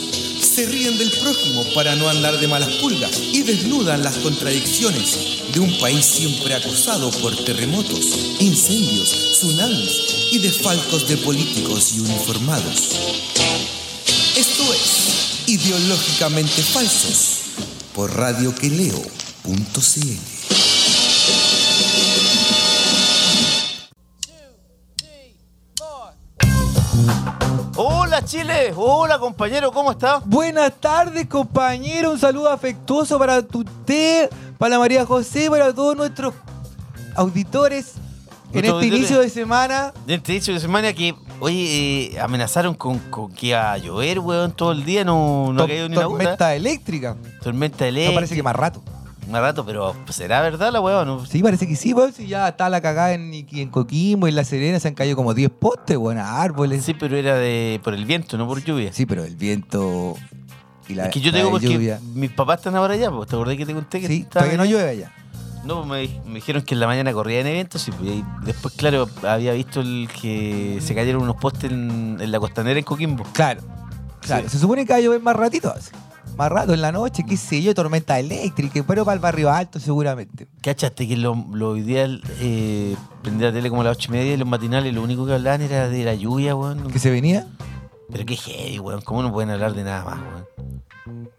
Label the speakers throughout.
Speaker 1: se ríen del prójimo para no andar de malas pulgas y desnudan las contradicciones de un país siempre acosado por terremotos, incendios, tsunamis y desfalcos de políticos y uniformados. Esto es Ideológicamente Falsos por radioqueleo.cl.
Speaker 2: Hola Chile, hola compañero, ¿cómo estás?
Speaker 3: Buenas tardes, compañero. Un saludo afectuoso para usted, para María José, para todos nuestros auditores en
Speaker 2: Nuestros
Speaker 3: este
Speaker 2: auditores.
Speaker 3: inicio de semana.
Speaker 2: Te he dicho de semana que, oye, eh, amenazaron con, con que iba a llover, weón, todo el día, no, no ha
Speaker 3: Tor-
Speaker 2: caído ni una gota. Eh,
Speaker 3: tormenta eléctrica.
Speaker 2: Tormenta
Speaker 3: No
Speaker 2: eléctrica.
Speaker 3: parece que más rato.
Speaker 2: Más rato, pero ¿será verdad la weón?
Speaker 3: Sí, parece que sí, weón. Sí, ya está la cagada en, Iquique, en Coquimbo, en La Serena, se han caído como 10 postes, weón, a árboles.
Speaker 2: Sí, pero era de por el viento, no por lluvia.
Speaker 3: Sí, pero el viento y la,
Speaker 2: es que yo
Speaker 3: la
Speaker 2: tengo porque
Speaker 3: lluvia.
Speaker 2: mis papás están ahora allá, pues, ¿te acordás que te conté que
Speaker 3: Sí,
Speaker 2: estaban
Speaker 3: todavía no
Speaker 2: allá?
Speaker 3: llueve allá.
Speaker 2: No, pues, me, di- me dijeron que en la mañana corría en eventos y, pues, y después, claro, había visto el que se cayeron unos postes en, en la costanera en Coquimbo.
Speaker 3: Claro, claro. Se supone que va a llover más ratito, así. más rato en la noche, qué sé yo, tormenta eléctrica, pero para el barrio alto seguramente.
Speaker 2: ¿Cachaste que lo, lo ideal eh, prendí la tele como a las ocho y media y los matinales lo único que hablaban era de la lluvia, weón?
Speaker 3: ¿Que se venía?
Speaker 2: Pero qué heavy, weón. ¿Cómo no pueden hablar de nada más, weón?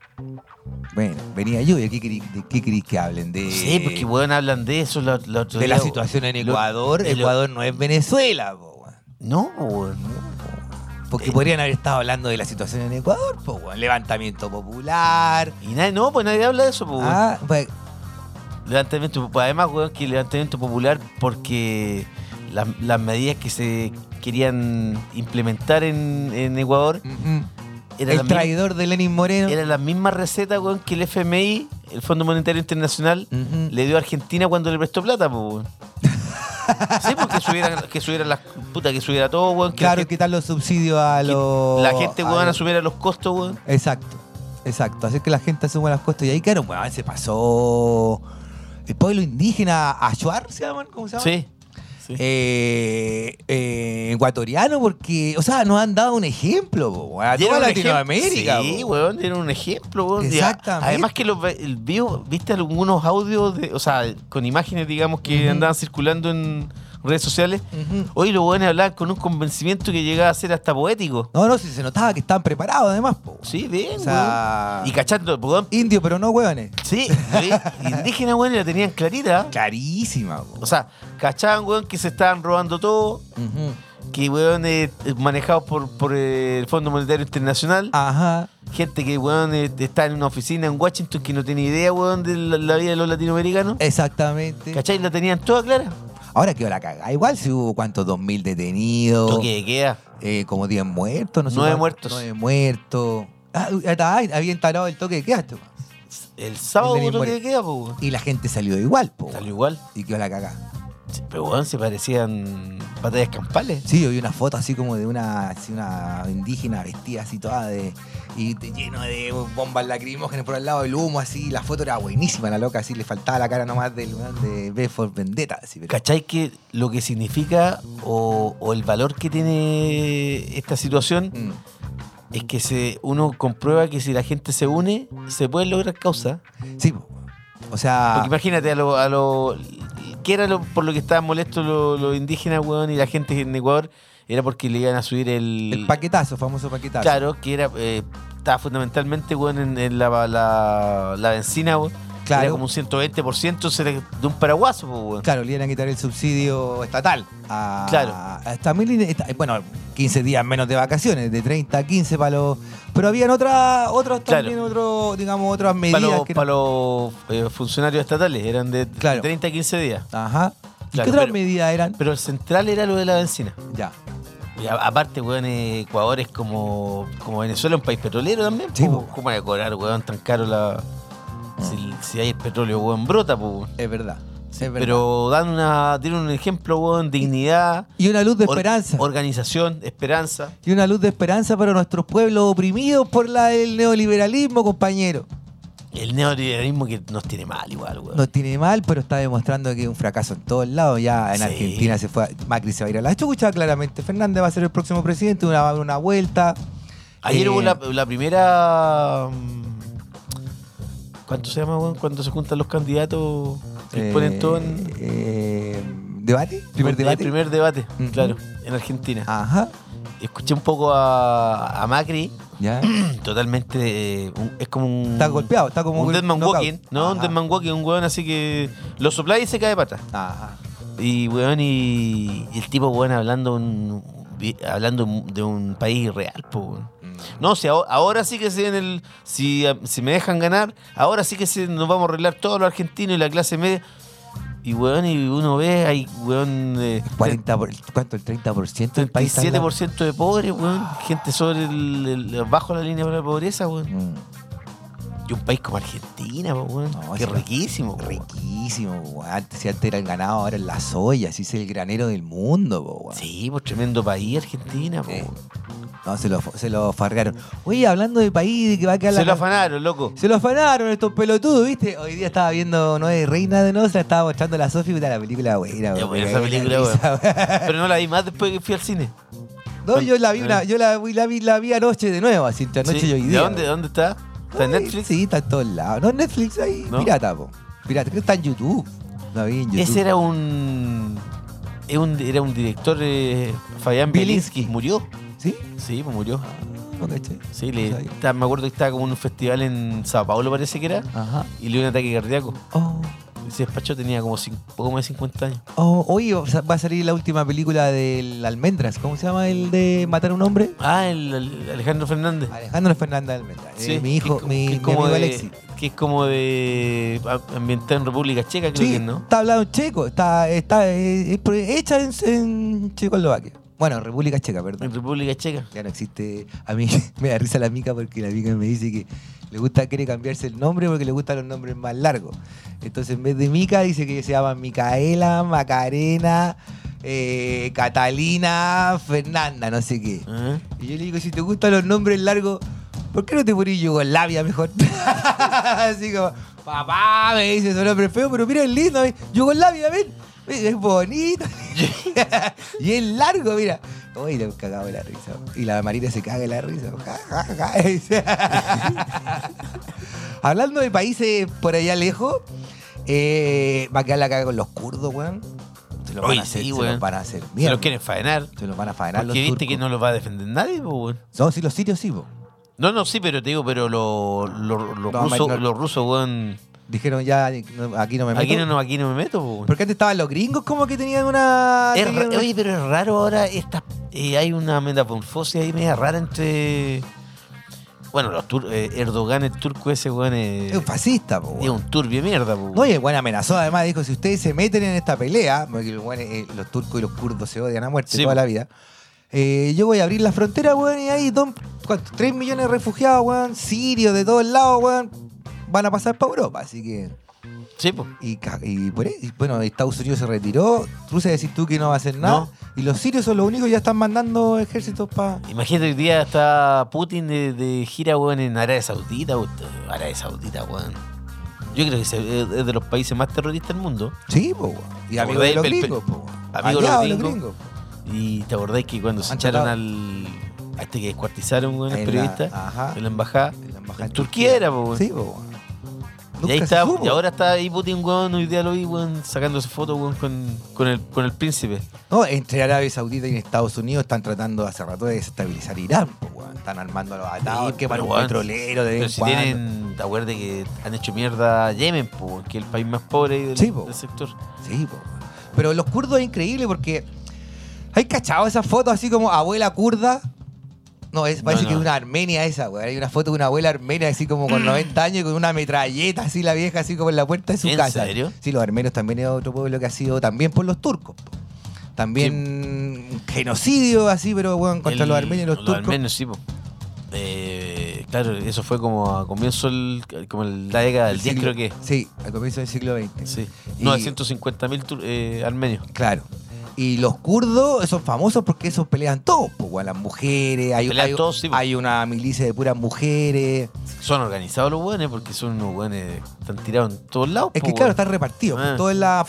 Speaker 3: Bueno, venía lluvia, ¿qué querís, de qué querís que hablen? De,
Speaker 2: sí, porque weón hablan de eso la, la otro
Speaker 3: Eh, de
Speaker 2: día,
Speaker 3: la
Speaker 2: weón.
Speaker 3: situación en
Speaker 2: Lo-
Speaker 3: Ecuador.
Speaker 2: de lo-
Speaker 3: Ecuador no es Venezuela, po, weón.
Speaker 2: No, weón.
Speaker 3: Porque
Speaker 2: Eh.
Speaker 3: podrían haber estado hablando de la situación en Ecuador, po, weón. Levantamiento popular.
Speaker 2: Y nadie, no, pues nadie habla de eso, pues, weón.
Speaker 3: Ah, pues,
Speaker 2: Levantamiento, pues, además, weón, que levantamiento popular porque las, las medidas que se querían implementar en, en Ecuador
Speaker 3: mm,
Speaker 2: eran
Speaker 3: el
Speaker 2: las, mismas-
Speaker 3: traidor de Lenin Moreno.
Speaker 2: eran las mismas recetas, weón, que el FMI, el Fondo Monetario Internacional,
Speaker 3: Ujú.
Speaker 2: le dio a Argentina cuando le prestó plata, po, weón. Sí, porque subieran, que subieran las puta, que subiera todo, weón. Que
Speaker 3: claro,
Speaker 2: la gente,
Speaker 3: quitar los subsidios a los.
Speaker 2: la gente, weón,
Speaker 3: los-
Speaker 2: asumiera los costos, weón.
Speaker 3: Exacto, exacto. Hacer que la gente asuma las costas. Y ahí, claro, weón, se pasó. El pueblo indígena Ashuar, ¿se llaman? ¿Cómo se llama?
Speaker 2: Sí. Sí.
Speaker 3: eh, eh, ecuatoriano porque, o sea, nos han dado un ejemplo po, a
Speaker 2: Dieron
Speaker 3: toda
Speaker 2: un
Speaker 3: Latinoamérica.
Speaker 2: ejemplo- Sí,
Speaker 3: po.
Speaker 2: weón, dieron un ejemplo, weón. Y a-
Speaker 3: Exactamente.
Speaker 2: Además que los ve- el vivo, viste algunos audios, de, o sea, con imágenes, digamos, que
Speaker 3: Ujú.
Speaker 2: andaban circulando en redes sociales.
Speaker 3: Ujú.
Speaker 2: Hoy los weones hablaban con un convencimiento que llegaba a ser hasta poético.
Speaker 3: No, no, si se notaba que estaban preparados además. po.
Speaker 2: Sí, bien,
Speaker 3: O sea,
Speaker 2: weón. Y cachando, weón.
Speaker 3: Indio, pero no hueones.
Speaker 2: Sí, sí. indígena, weón, y la tenían clarita.
Speaker 3: Clarísima. po.
Speaker 2: O sea, cachaban, weón, que se estaban robando todo,
Speaker 3: Ujú.
Speaker 2: que, weón, eh, manejados por, por eh, el Fondo Monetario Internacional.
Speaker 3: Ah. Ajá.
Speaker 2: Gente que, weón, eh, está en una oficina en Washington que no tiene idea, weón, de la, la vida de los latinoamericanos.
Speaker 3: Exactamente.
Speaker 2: ¿Cachai? La tenían toda clara.
Speaker 3: Ahora quedó la cagada. Igual si hubo cuántos, 2.000 detenidos.
Speaker 2: Toque de queda.
Speaker 3: eh, como 10 muertos, no sé.
Speaker 2: Nueve
Speaker 3: cuánto-
Speaker 2: muertos.
Speaker 3: Nueve muertos. Ah, está, ah, había instalado el toque de queda. este, po.
Speaker 2: El sábado
Speaker 3: El de
Speaker 2: hubo toque
Speaker 3: Nimborí.
Speaker 2: de queda, po, weón.
Speaker 3: Y la gente salió igual, po.
Speaker 2: Salió igual.
Speaker 3: Y quedó la cagada.
Speaker 2: Sí, Pero, weón, se parecían batallas campales.
Speaker 3: Sí, yo vi una foto así como de una, así una indígena vestida así toda de. Y de- lleno de bombas lacrimógenas por al lado del humo, así. La foto era buenísima, la loca, así. Le faltaba la cara nomás del weón de B for Vendetta, así. Pero,
Speaker 2: ¿Cachai? Que lo que significa o, o el valor que tiene esta situación
Speaker 3: Mm.
Speaker 2: es que se, uno comprueba que si la gente se une, se pueden lograr causas.
Speaker 3: Sí, po. o sea.
Speaker 2: Porque imagínate a lo, a lo que era lo, por lo que estaban molestos los los indígenas, weón, y la gente en Ecuador, era porque le iban a subir el,
Speaker 3: El paquetazo, famoso paquetazo.
Speaker 2: Claro, que era eh, estaba fundamentalmente, weón, en, en la, la, la benzina, weón.
Speaker 3: Claro.
Speaker 2: Era como un 120% se le- de un paraguaso, po, weón.
Speaker 3: Claro, le iban a quitar el subsidio estatal. a-
Speaker 2: Claro.
Speaker 3: a esta mil- esta- bueno, 15 días menos de vacaciones, de 30 a 15 para los. Pero habían otra, otros
Speaker 2: Claro.
Speaker 3: también, otro, digamos, otras medidas.
Speaker 2: Para los,
Speaker 3: que-
Speaker 2: pa' los, eh, funcionarios estatales, eran de, de
Speaker 3: Claro.
Speaker 2: 30 a 15 días.
Speaker 3: Ajá. ¿Y
Speaker 2: Claro,
Speaker 3: qué otras
Speaker 2: pero-
Speaker 3: medidas eran?
Speaker 2: Pero el central era lo de la benzina.
Speaker 3: ya.
Speaker 2: Y a- aparte, weón, eh, Ecuador es como, como Venezuela, un país petrolero también.
Speaker 3: Sí,
Speaker 2: po,
Speaker 3: po. Mm.
Speaker 2: ¿Cómo van a cobrar, weón, tan caro la, Si, si hay el petróleo, weón, brota, pues, weón.
Speaker 3: Es verdad. es verdad.
Speaker 2: Pero dan una, tienen un ejemplo, weón, dignidad,
Speaker 3: y una luz de
Speaker 2: or-
Speaker 3: esperanza.
Speaker 2: organización, esperanza.
Speaker 3: y una luz de esperanza para nuestros pueblos oprimidos por la, el neoliberalismo, compañero.
Speaker 2: El neoliberalismo que nos tiene mal igual, weón.
Speaker 3: No tiene mal, pero está demostrando que es un fracaso en todos lados. Ya en
Speaker 2: Sí.
Speaker 3: Argentina se fue. a- Macri se va a ir a la chucha, claramente. Fernández va a ser el próximo presidente, una, va a haber una vuelta.
Speaker 2: Ayer
Speaker 3: Eh,
Speaker 2: hubo la, la primera. mm, ¿Cuánto se llama, weón? Cuando se juntan los candidatos y
Speaker 3: eh,
Speaker 2: ponen todo en.
Speaker 3: eh, ¿Debate? ¿Primer
Speaker 2: el
Speaker 3: debate?
Speaker 2: primer debate,
Speaker 3: Ujú.
Speaker 2: claro, en Argentina.
Speaker 3: Ajá.
Speaker 2: Escuché un poco a, a Macri,
Speaker 3: Ya.
Speaker 2: totalmente. eh, un- es como un.
Speaker 3: Está golpeado, está como
Speaker 2: un Deadman
Speaker 3: knockout.
Speaker 2: Walking, no, un
Speaker 3: Ajá.
Speaker 2: Deadman Walking, un weón así que lo sopla y se cae de patas.
Speaker 3: Ajá.
Speaker 2: Y weón, y, y el tipo weón hablando un, hablando de un país real, po, weón. No, si aho- ahora, sí que se en el. Si, si me dejan ganar, ahora sí que se nos vamos a arreglar todos los argentinos y la clase media. Y weón, y uno ve, hay weón. eh,
Speaker 3: 40 por- ¿Cuánto? ¿El 30% del país? está hablando?
Speaker 2: 37% de pobres, weón. Gente sobre el, el- bajo la línea de la pobreza, weón.
Speaker 3: Mm.
Speaker 2: Y un país como Argentina, po, weón.
Speaker 3: No,
Speaker 2: que
Speaker 3: sí,
Speaker 2: riquísimo, po, weón.
Speaker 3: Riquísimo, po, weón. Antes, si antes era el ganado, ahora es la soya. Si es el granero del mundo, po, weón.
Speaker 2: Sí, pues tremendo país Argentina, po,
Speaker 3: Eh,
Speaker 2: weón.
Speaker 3: No, se lo, se lo fargaron. Oye, hablando de país, que va a quedar
Speaker 2: Se
Speaker 3: la-
Speaker 2: lo afanaron, loco.
Speaker 3: Se lo afanaron estos pelotudos, ¿viste? Hoy día estaba viendo No es Reina de Nos, la estaba mostrando la Sofi, puta, la película buena,
Speaker 2: Ya,
Speaker 3: weón,
Speaker 2: pues,
Speaker 3: me
Speaker 2: esa
Speaker 3: cagué la
Speaker 2: película,
Speaker 3: risa, weón.
Speaker 2: Pero no la vi más después que fui al cine.
Speaker 3: No, yo la vi, una- yo la, vi- la vi, la vi anoche de nuevo, así, entre anoche
Speaker 2: eh. Sí.
Speaker 3: y hoy día.
Speaker 2: ¿De dónde,
Speaker 3: weón.
Speaker 2: dónde está? ¿Está en
Speaker 3: Ay,
Speaker 2: Netflix?
Speaker 3: Sí, está en todos lados. No, en Netflix ahí,
Speaker 2: ¿No?
Speaker 3: pirata, po. Pirata, creo que está en YouTube. La vi en YouTube.
Speaker 2: Ese era un, es un- era un director, eh, Fabián
Speaker 3: Bilinski.
Speaker 2: Bielinski. ¿Murió?
Speaker 3: ¿Sí?
Speaker 2: Sí, pues murió.
Speaker 3: No caché.
Speaker 2: Sí, le-
Speaker 3: No sabía.
Speaker 2: está- me acuerdo que estaba como en un festival en Sao Paulo, parece que era,
Speaker 3: Ajá.
Speaker 2: y le dio un ataque cardíaco.
Speaker 3: Oh.
Speaker 2: Ese despacho tenía como cin- poco más de 50 años.
Speaker 3: Oh, oye, va a salir la última película del Almendras. ¿Cómo se llama el de matar a un hombre?
Speaker 2: Ah, el, el Alejandro Fernández.
Speaker 3: Alejandro Fernández Almendras. Eh,
Speaker 2: Sí,
Speaker 3: Ah, mi hijo,
Speaker 2: que es co-
Speaker 3: mi,
Speaker 2: que
Speaker 3: mi
Speaker 2: es como
Speaker 3: amigo
Speaker 2: de,
Speaker 3: Alexis.
Speaker 2: Que es como de a- ambientado en República Checa, creo
Speaker 3: Sí,
Speaker 2: que no.
Speaker 3: está hablado en checo. Está, está eh, es pro- hecha en, en Checoslovaquia. Bueno, República Checa,
Speaker 2: En
Speaker 3: perdón.
Speaker 2: República Checa.
Speaker 3: Ya no existe. A mí me da risa la mica porque la mica me dice que le gusta, quiere cambiarse el nombre porque le gustan los nombres más largos. Entonces, en vez de mica, dice que se llama Micaela, Macarena, eh, Catalina, Fernanda, no sé qué.
Speaker 2: Ah.
Speaker 3: Y yo le digo, si te gustan los nombres largos, ¿por qué no te pones Yugoslavia mejor? Así como, papá, me dice, son nombres feos, pero mira, es lindo, ven, Yugoslavia, ven, ven, es bonito. y es largo, mira. Uy, te cagado de la risa. Y la Marina se caga de la risa. Ja, ja, ja. Dice. Hablando de países por allá lejos, eh, va a quedar la caga con los kurdos, weón. Se los
Speaker 2: Oye,
Speaker 3: van a hacer,
Speaker 2: sí,
Speaker 3: se
Speaker 2: weón.
Speaker 3: los van a hacer.
Speaker 2: Se
Speaker 3: Mierda.
Speaker 2: los quieren faenar.
Speaker 3: Se los van a faenar los
Speaker 2: Porque viste
Speaker 3: turcos.
Speaker 2: que no los va a defender nadie, pues, weón.
Speaker 3: No, sí, los sirios sí, po.
Speaker 2: No, no, sí, pero te digo, pero los los- los
Speaker 3: No,
Speaker 2: rusos,
Speaker 3: no.
Speaker 2: los rusos, weón.
Speaker 3: Dijeron ya, no, aquí no me meto.
Speaker 2: Aquí no, no, aquí no me meto, po, weón.
Speaker 3: Porque antes estaban los gringos como que tenían una...
Speaker 2: Es
Speaker 3: tenían
Speaker 2: ra-
Speaker 3: una-
Speaker 2: oye, pero es raro ahora, esta, eh, hay una metapomfosis ahí media rara entre... Bueno, los tur- eh, Erdogan, el turco ese, weón, es,
Speaker 3: Es un fascista, po.
Speaker 2: es un turbio de mierda, po,
Speaker 3: No, y el buen amenazó además, dijo, si ustedes se meten en esta pelea, porque el buen, eh, los turcos y los kurdos se odian a muerte
Speaker 2: Sí,
Speaker 3: toda
Speaker 2: po.
Speaker 3: la vida, eh, yo voy a abrir la frontera, weón, y ahí, don, ¿cuánto? 3 millones de refugiados, weón, sirios de todos lados, weón, van a pasar para Europa, así que...
Speaker 2: Sí, po.
Speaker 3: Y, ca- y por ahí- y bueno, Estados Unidos se retiró, Rusia decís tú que no va a hacer nada,
Speaker 2: No.
Speaker 3: y los sirios son los únicos que ya están mandando ejércitos para...
Speaker 2: Imagínate hoy día está Putin de, de gira, weón, en Arabia Saudita, weón. Arabia Saudita, weón. Yo creo que se- es es de los países más terroristas del mundo.
Speaker 3: Sí, po, weón. Y
Speaker 2: ¿Te
Speaker 3: amigo de
Speaker 2: acordáis
Speaker 3: los
Speaker 2: del pe-
Speaker 3: gringos, po. weón.
Speaker 2: amigo de los
Speaker 3: Aliado
Speaker 2: gringos? Y te acordás que cuando se
Speaker 3: Han
Speaker 2: echaron
Speaker 3: tratado-
Speaker 2: al... A este que descuartizaron, weón, el
Speaker 3: En la-
Speaker 2: periodista,
Speaker 3: ajá.
Speaker 2: en la embajada.
Speaker 3: En la embajada
Speaker 2: En Turquía era, po, weón.
Speaker 3: Sí, po, weón.
Speaker 2: Y
Speaker 3: Nunca
Speaker 2: ahí
Speaker 3: se
Speaker 2: está,
Speaker 3: supo.
Speaker 2: y ahora está ahí Putin, weón, hoy día lo vi, weón, sacándose fotos, weón, con, con el, con el príncipe.
Speaker 3: No, entre Arabia Saudita y Estados Unidos están tratando hace rato de desestabilizar Irán, po, weón. Están armando los atados,
Speaker 2: Sí,
Speaker 3: que para
Speaker 2: pero,
Speaker 3: un
Speaker 2: weón,
Speaker 3: petrolero de vez
Speaker 2: Pero
Speaker 3: en
Speaker 2: si
Speaker 3: cuando.
Speaker 2: tienen, te acuerdas que han hecho mierda a Yemen, po, weón, que es el país más pobre ahí del,
Speaker 3: Sí, po.
Speaker 2: del sector.
Speaker 3: Sí, po. Pero los kurdos es increíble porque. ¿Hay cachado esas fotos así como abuela kurda? No, es, parece
Speaker 2: no.
Speaker 3: que es una armenia esa, weón. Hay una foto de una abuela armenia así como con 90 años y con una metralleta así la vieja así como en la puerta de su
Speaker 2: ¿En
Speaker 3: casa.
Speaker 2: serio?
Speaker 3: Sí, los armenios también es otro pueblo que ha sido también por los turcos. po. También genocidio así, pero weón, contra
Speaker 2: El-
Speaker 3: los armenios y los, turcos.
Speaker 2: armenios, sí, po. Eh, Claro, eso fue como a comienzo el, como el- la década del 10, creo
Speaker 3: siglo-
Speaker 2: que.
Speaker 3: Sí, al comienzo del siglo XX.
Speaker 2: Sí.
Speaker 3: Y-
Speaker 2: 950.000 tur- eh, armenios.
Speaker 3: Claro. Y los kurdos son famosos porque esos pelean todos, pues, weón, las mujeres, hay,
Speaker 2: Pelean
Speaker 3: hay-
Speaker 2: todos, sí, pues.
Speaker 3: hay una milicia de puras mujeres.
Speaker 2: Son organizados los buenos porque son unos buenos. Están tirados en todos lados.
Speaker 3: Es
Speaker 2: po,
Speaker 3: que claro,
Speaker 2: weón.
Speaker 3: están repartidos, pues,
Speaker 2: Ah.
Speaker 3: todo en la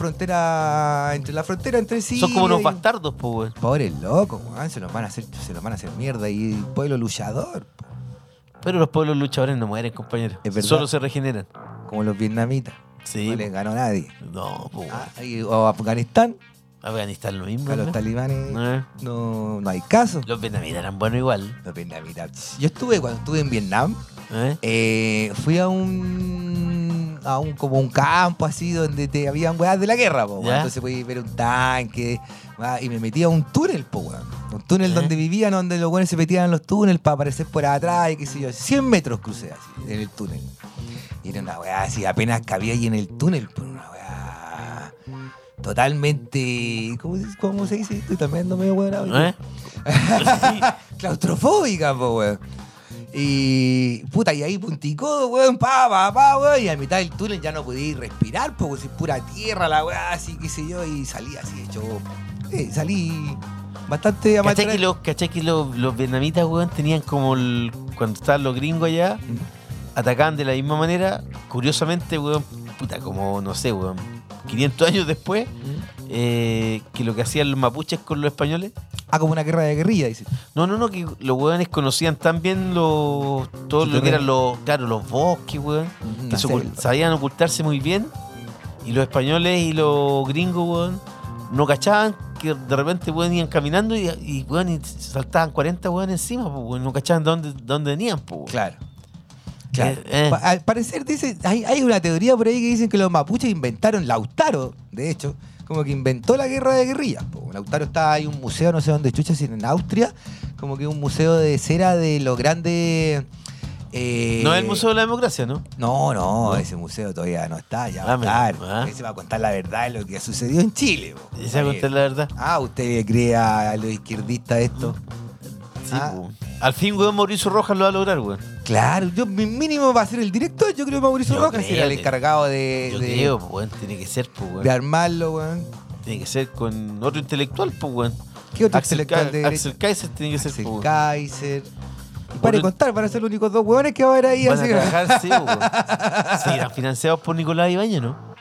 Speaker 3: frontera, entre la frontera entre sí.
Speaker 2: Son como unos
Speaker 3: y-
Speaker 2: bastardos, pues, weón.
Speaker 3: Pobres locos, weón, se los van a hacer, se los van a hacer mierda. Y el pueblo luchador,
Speaker 2: Pero los pueblos luchadores no mueren, compañeros.
Speaker 3: Es verdad.
Speaker 2: Solo se regeneran.
Speaker 3: como los vietnamitas.
Speaker 2: Sí.
Speaker 3: No les ganó nadie.
Speaker 2: No, pues, weón.
Speaker 3: Ah, y- o Afganistán,
Speaker 2: Afganistán lo mismo.
Speaker 3: a los
Speaker 2: ¿no?
Speaker 3: talibanes
Speaker 2: Eh.
Speaker 3: no, no hay caso.
Speaker 2: Los vietnamitas eran buenos igual.
Speaker 3: Los vietnamitas. Yo estuve cuando estuve en Vietnam,
Speaker 2: ¿eh?
Speaker 3: eh, fui a un a un como un campo así donde te habían weas de la guerra, po, weón.
Speaker 2: Ya.
Speaker 3: entonces podías ver un tanque weá, y me metí a un túnel, po, weón. un túnel
Speaker 2: ¿Eh?
Speaker 3: donde vivían, donde los buenos se metían en los túneles para aparecer por atrás y qué sé yo, 100 metros crucé así en el túnel. Y era una weá así, apenas cabía ahí en el túnel, por una weá totalmente, ¿cómo, se- cómo se dice? Estoy también no me weón. ahora.
Speaker 2: ¿Eh?
Speaker 3: claustrofóbica, po, weón. Y puta, y ahí punticudo, weón, pa, pa, pa, weón. Y a mitad del túnel ya no podía ir respirar, po, si es pura tierra la weá, así, qué sé yo. Y salí así, hecho. Eh, salí
Speaker 2: ¿Cachai
Speaker 3: bastante
Speaker 2: que,
Speaker 3: amateur.
Speaker 2: los, cachai que los, los vietnamitas, weón, tenían como el- cuando estaban los gringos allá,
Speaker 3: Mm.
Speaker 2: atacaban de la misma manera, curiosamente, weón, puta, como, no sé, weón, 500 años después, eh, que lo que hacían los mapuches con los españoles.
Speaker 3: Ah, como una guerra de guerrilla, dice.
Speaker 2: No, no, no, que los weones conocían tan bien los, todo
Speaker 3: Su
Speaker 2: lo que eran
Speaker 3: terreno.
Speaker 2: los, claro, los bosques, weón, que
Speaker 3: Una
Speaker 2: se
Speaker 3: selva.
Speaker 2: ocult- sabían ocultarse muy bien, y los españoles y los gringos, weón, no cachaban que de repente, weón, iban caminando y, y, weón, y saltaban 40, weón, encima, pues, weón, no cachaban de dónde, de dónde venían, pues, weón.
Speaker 3: Claro. Claro.
Speaker 2: Eh, eh.
Speaker 3: Pa- Al parecer dice, hay, hay una teoría por ahí que dicen que los mapuches inventaron Lautaro, de hecho, como que inventó la guerra de guerrillas. po. Lautaro está, hay un museo, no sé dónde chucha, si en Austria, como que un museo de cera de los grandes. eh,
Speaker 2: No es el Museo de la Democracia, ¿no?
Speaker 3: No, no, ese museo todavía no está, ya va
Speaker 2: Ah,
Speaker 3: a
Speaker 2: mira,
Speaker 3: estar.
Speaker 2: ah.
Speaker 3: Ese va a contar la verdad de lo que sucedió en Chile. po,
Speaker 2: Esa es contar la verdad.
Speaker 3: Ah, usted le cree a los izquierdistas esto.
Speaker 2: Sí,
Speaker 3: Ah.
Speaker 2: po. Al fin, weón, Mauricio Rojas lo va a lograr, weón.
Speaker 3: Claro, yo mi mínimo va a ser el director, yo creo que Mauricio
Speaker 2: Yo
Speaker 3: Rojas
Speaker 2: creo,
Speaker 3: era el
Speaker 2: tío.
Speaker 3: encargado de,
Speaker 2: Yo
Speaker 3: Eh, de-
Speaker 2: creo, po, weón, tiene que ser, pues,
Speaker 3: de
Speaker 2: weón.
Speaker 3: armarlo, weón.
Speaker 2: Tiene que ser con otro intelectual, pues, weón.
Speaker 3: ¿Qué otro
Speaker 2: Axel,
Speaker 3: intelectual
Speaker 2: Ka-
Speaker 3: de derecha?
Speaker 2: Axel Kaiser tiene que ser,
Speaker 3: Axel
Speaker 2: po, weón.
Speaker 3: Kaiser. Y para de
Speaker 2: Otro-
Speaker 3: contar, van a ser los únicos dos hueones que va a haber ahí.
Speaker 2: Van a
Speaker 3: así que-
Speaker 2: trabajar, sí, po, weón. Seguirán financiados por Nicolás Ibañez, ¿no?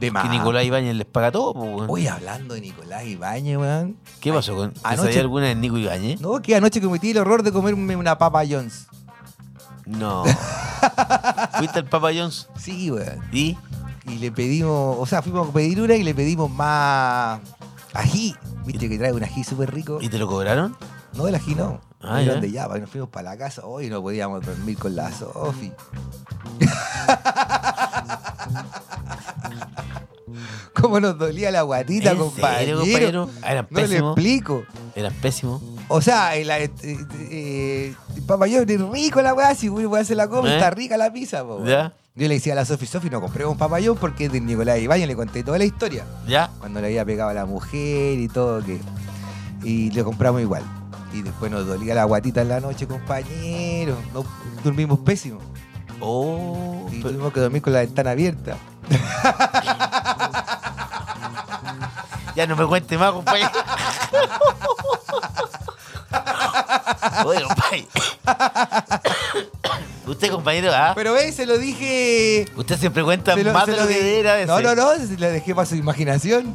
Speaker 3: De
Speaker 2: Que Nicolás Ibañez les paga todo, pues, weón.
Speaker 3: Ah. Oye, hablando de Nicolás Ibañez, weón.
Speaker 2: ¿Qué pasó con. ¿Te
Speaker 3: anoche-
Speaker 2: sabía alguna de Nico Ibañez?
Speaker 3: No, que anoche cometí el error de comerme una papa Jones.
Speaker 2: No. Fuiste al Papa John's
Speaker 3: Sí, weón.
Speaker 2: y.
Speaker 3: Y le pedimos, o sea, fuimos a pedir una y le pedimos más ají. Viste que trae un ají súper rico.
Speaker 2: ¿Y te lo cobraron?
Speaker 3: No, el ají no.
Speaker 2: Ah,
Speaker 3: Ahí
Speaker 2: ya.
Speaker 3: donde ya, pues, nos fuimos para la casa. Hoy no podíamos dormir con la Sofi. Cómo nos dolía la guatita,
Speaker 2: ¿En
Speaker 3: compañero.
Speaker 2: serio, compañero? Ah, Eran
Speaker 3: No le
Speaker 2: pésimos.
Speaker 3: explico.
Speaker 2: Eran pésimos.
Speaker 3: O sea, el, eh, eh, eh, papá yo es rico la weá, si voy a hacer la comida,
Speaker 2: ¿Eh?
Speaker 3: está rica la pizza, po, weón.
Speaker 2: Ya.
Speaker 3: Yo le decía a la Sofi, Sofi, no compremos papayón porque es de Nicolás Ibañez, le conté toda la historia
Speaker 2: Ya.
Speaker 3: cuando le había pegado a la mujer y todo que y le compramos igual y después nos dolía la guatita en la noche compañero no, dormimos pésimo
Speaker 2: Oh.
Speaker 3: y
Speaker 2: pero-
Speaker 3: tuvimos que dormir con la ventana abierta
Speaker 2: Ya no me cuente más, compañero. Oye, compañero. Usted, compañero, ¿ah?
Speaker 3: pero ve se lo dije
Speaker 2: Usted siempre cuenta
Speaker 3: se lo-
Speaker 2: más
Speaker 3: se
Speaker 2: de
Speaker 3: lo
Speaker 2: lo que
Speaker 3: di-
Speaker 2: era. ese.
Speaker 3: no no no se lo dejé para su imaginación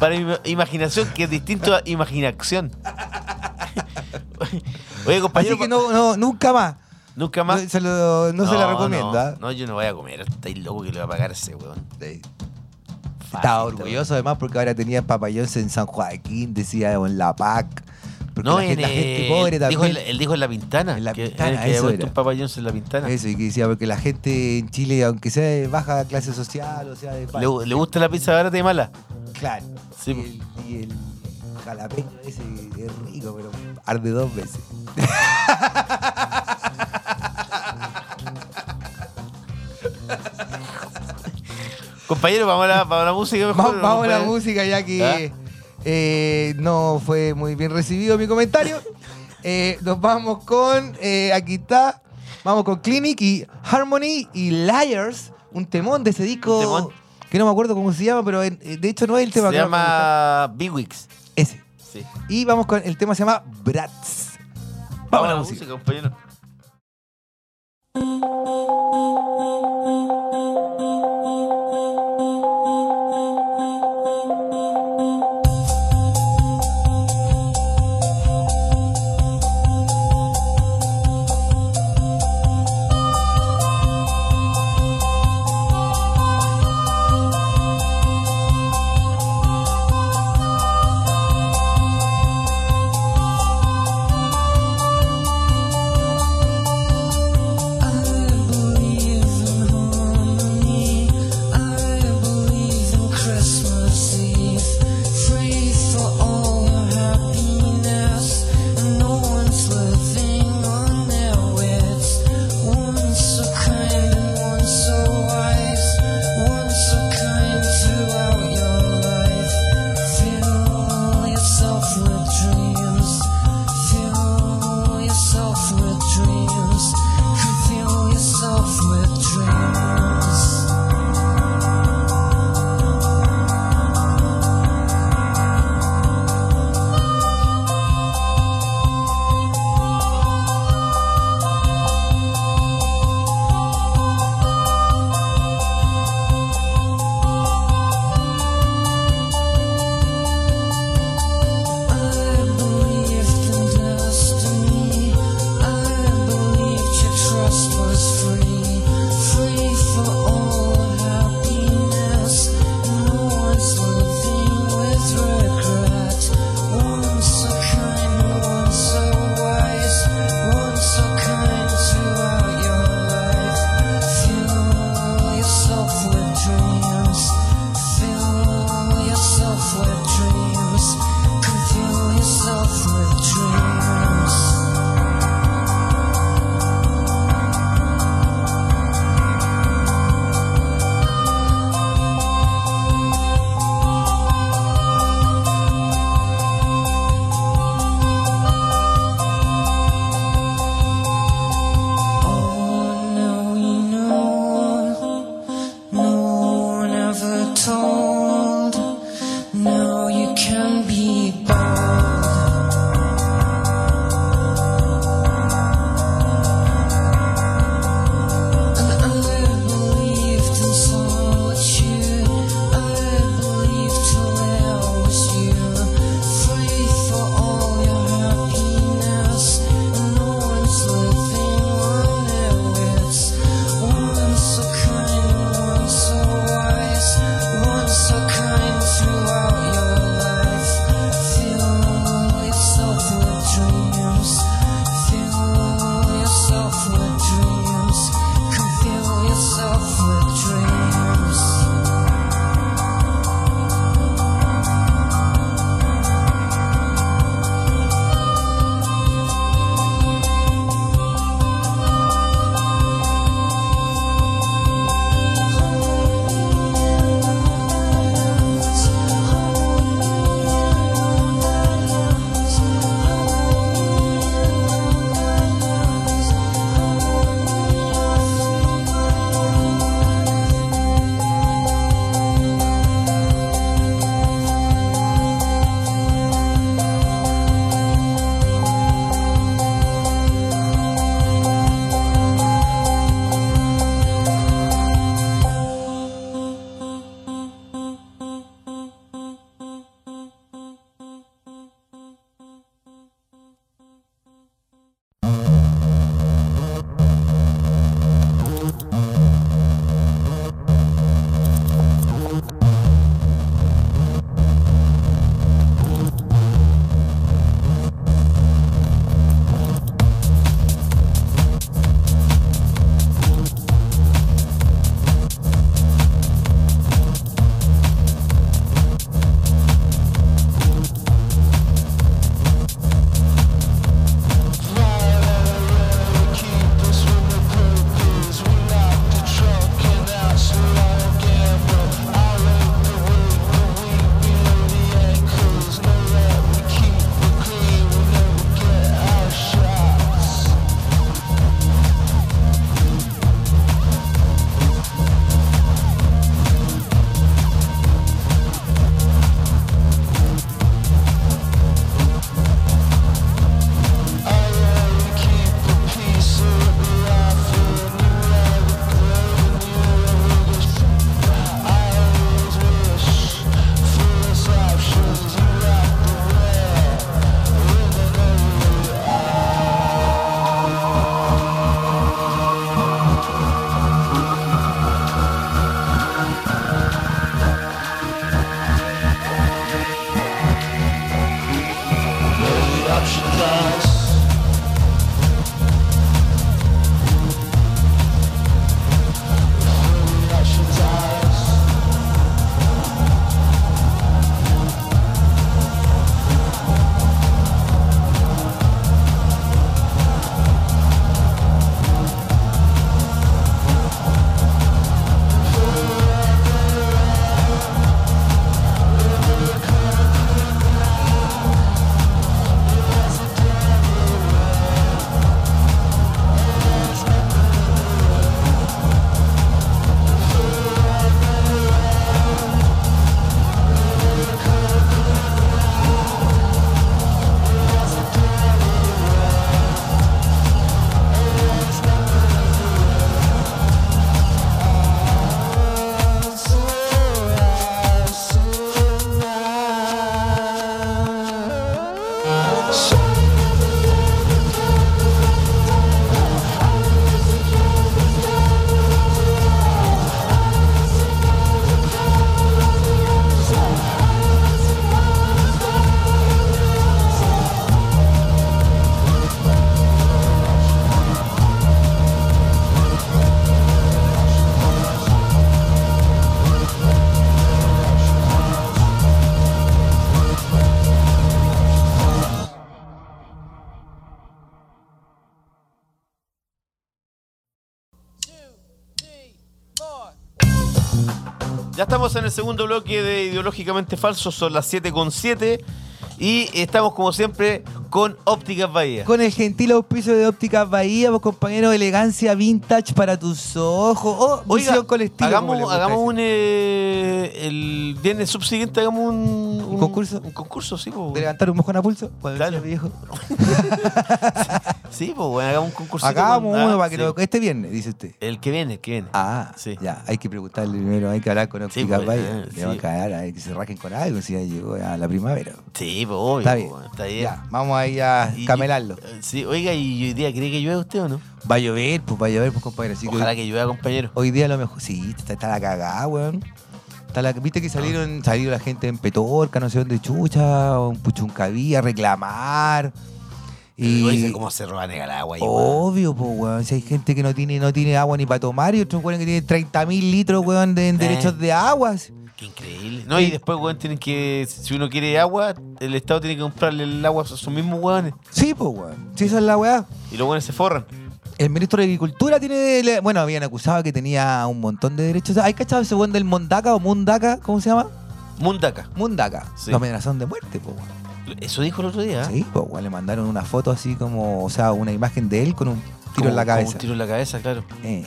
Speaker 2: Para im- imaginación, que es distinto a imaginación. Oye, compañero,
Speaker 3: así que no, no nunca más
Speaker 2: nunca más.
Speaker 3: No, se lo- no se la ¿ah? recomienda
Speaker 2: No, yo no voy a comer. Estáis loco que le va a pagar ese weón. Fácil,
Speaker 3: Sí. Eh, estaba
Speaker 2: te-
Speaker 3: orgulloso además porque ahora tenía papayón en San Joaquín decía en la PAC porque
Speaker 2: No,
Speaker 3: la,
Speaker 2: en,
Speaker 3: gente, la gente
Speaker 2: eh,
Speaker 3: pobre
Speaker 2: dijo
Speaker 3: también
Speaker 2: en la- él dijo en La Pintana.
Speaker 3: En La
Speaker 2: que- eh,
Speaker 3: Pintana,
Speaker 2: que había
Speaker 3: eso
Speaker 2: puesto
Speaker 3: era.
Speaker 2: un papayón en La Pintana.
Speaker 3: Eso, y que decía, porque la gente en Chile, aunque sea de baja clase social, o sea, de pa-
Speaker 2: Le, le gusta la pizza barata y mala?
Speaker 3: claro.
Speaker 2: Sí, pues.
Speaker 3: y, el, y el jalapeño ese es rico, pero arde dos veces.
Speaker 2: Compañero, vamos a la, vamos a la música mejor.
Speaker 3: Va-
Speaker 2: ¿no?
Speaker 3: vamos a la
Speaker 2: Pues,
Speaker 3: música, ya que
Speaker 2: ¿Ah?
Speaker 3: eh, no fue muy bien recibido mi comentario. Eh, nos vamos con. eh, aquí está. Vamos con Clinic y Harmony y Liars. Un temón de ese disco.
Speaker 2: Un temón.
Speaker 3: Que no me acuerdo cómo se llama, pero en- eh, de hecho no es el tema
Speaker 2: Se
Speaker 3: que más me
Speaker 2: llama Biwix.
Speaker 3: gusta. Ese.
Speaker 2: Sí.
Speaker 3: Y vamos con. El tema se llama Brats. Vamos a la música.
Speaker 2: compañero.
Speaker 4: I believe
Speaker 5: Oh,
Speaker 2: Ya estamos en el segundo bloque de Ideológicamente Falso, son las 7 con 7 y estamos como siempre con Ópticas Bahía.
Speaker 3: Con el gentil auspicio de Ópticas Bahía, vos compañero de elegancia vintage para tus ojos. Oh,
Speaker 2: Oiga,
Speaker 3: visión colectiva. como le
Speaker 2: hagamos,
Speaker 3: gusta
Speaker 2: hagamos
Speaker 3: decir.
Speaker 2: un... eh, el viernes subsiguiente hagamos un...
Speaker 3: ¿Un concurso?
Speaker 2: Un concurso, sí, po.
Speaker 3: ¿De levantar un mojón a pulso? Cuando
Speaker 2: Claro.
Speaker 3: sea viejo.
Speaker 2: Sí, po, bueno, hagamos un concurso.
Speaker 3: Hagamos uno para que
Speaker 2: lo...
Speaker 3: lo- Este viernes, dice usted.
Speaker 2: El que viene, el que viene.
Speaker 3: Ah,
Speaker 2: Sí.
Speaker 3: ya, hay que preguntarle primero, hay que hablar con
Speaker 2: Sí,
Speaker 3: Ópticas
Speaker 2: pues,
Speaker 3: Bahía.
Speaker 2: eh,
Speaker 3: Le va a
Speaker 2: sí.
Speaker 3: cagar, hay que se rajen con algo si ya llegó a la primavera.
Speaker 2: Sí, pues obvio.
Speaker 3: Está bien.
Speaker 2: po, está bien.
Speaker 3: Ya, vamos ahí a
Speaker 2: Y-
Speaker 3: camelarlo.
Speaker 2: eh, Sí, oiga, ¿y hoy día cree que llueve usted o no?
Speaker 3: Va a llover, pues va a llover, pues compañero. Así
Speaker 2: Ojalá
Speaker 3: que,
Speaker 2: que llueva, compañero.
Speaker 3: hoy día lo mejor. Sí, está, está la cagada, weón. Está la- Viste que salieron,
Speaker 2: Ah.
Speaker 3: salió la gente en Petorca, no sé dónde chucha, o en Puchuncaví a reclamar. Y
Speaker 2: Oiga, cómo se roban el agua ahí, weón.
Speaker 3: Obvio, pues, weón. Si hay gente que no tiene, no tiene agua ni para tomar y otros weón que tienen 30.000 litros, weón, de en
Speaker 2: Eh.
Speaker 3: derechos de aguas.
Speaker 2: Qué increíble. No, y después, weón, tienen que. Si uno quiere agua, el Estado tiene que comprarle el agua a sus mismos weones.
Speaker 3: Sí, pues, weón. Sí, esa es la weá.
Speaker 2: Y los weones se forran.
Speaker 3: El ministro de Agricultura tiene. le- Bueno, habían acusado que tenía un montón de derechos. ¿Hay cachado ese weón del Mondaca o Mundaca? ¿Cómo se llama?
Speaker 2: Mundaca.
Speaker 3: Mundaca.
Speaker 2: Sí.
Speaker 3: Lo amenazaron de muerte, pues, weón.
Speaker 2: Eso dijo el otro día. ¿eh?
Speaker 3: Sí, pues, weón. Le mandaron una foto así como. O sea, una imagen de él con un tiro
Speaker 2: Como-
Speaker 3: en la
Speaker 2: como
Speaker 3: cabeza.
Speaker 2: Un tiro en la cabeza, claro.
Speaker 3: Eh.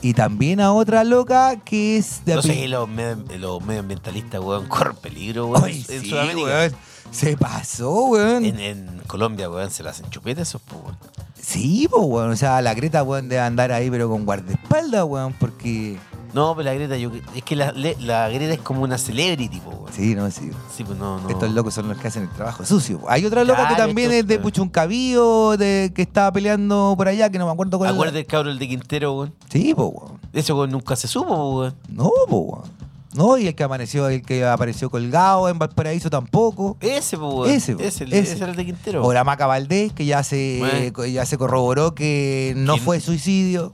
Speaker 3: Y también a otra loca que es de
Speaker 2: No
Speaker 3: apell-
Speaker 2: sé, los, med- los medioambientalistas, weón, corren peligro, weón.
Speaker 3: Ay,
Speaker 2: en
Speaker 3: sí,
Speaker 2: Sudamérica.
Speaker 3: weón. Se pasó, weón.
Speaker 2: En, en Colombia, weón, se las hacen chupetas esos, pues, weón.
Speaker 3: Sí, pues, weón. O sea, la Greta, weón, debe andar ahí, pero con guardaespaldas, weón, porque.
Speaker 2: No, pero la Greta, yo, es que la, le- la Greta es como una celebrity, po, weón. Sí.
Speaker 3: Sí, no, sí.
Speaker 2: pues no, no.
Speaker 3: Estos locos son los que hacen el trabajo sucio. po. Hay otra loca que
Speaker 2: Claro,
Speaker 3: también
Speaker 2: estos-
Speaker 3: es de Puchuncavío, de que estaba peleando por allá, que no me acuerdo cuál
Speaker 2: Acuérdate el cabro el de Quintero, weón.
Speaker 3: era. Sí, pues, weón.
Speaker 2: Eso weón, nunca se supo, po, weón.
Speaker 3: No, pues, weón. No, y el que apareció, el que apareció colgado en Valparaíso tampoco.
Speaker 2: Ese, po, weón.
Speaker 3: Ese, po,
Speaker 2: ese, el-
Speaker 3: ese.
Speaker 2: ese era el de Quintero.
Speaker 3: O la Maca Valdés, que ya se,
Speaker 2: Bueno.
Speaker 3: co- ya se corroboró que no
Speaker 2: Que-
Speaker 3: fue suicidio.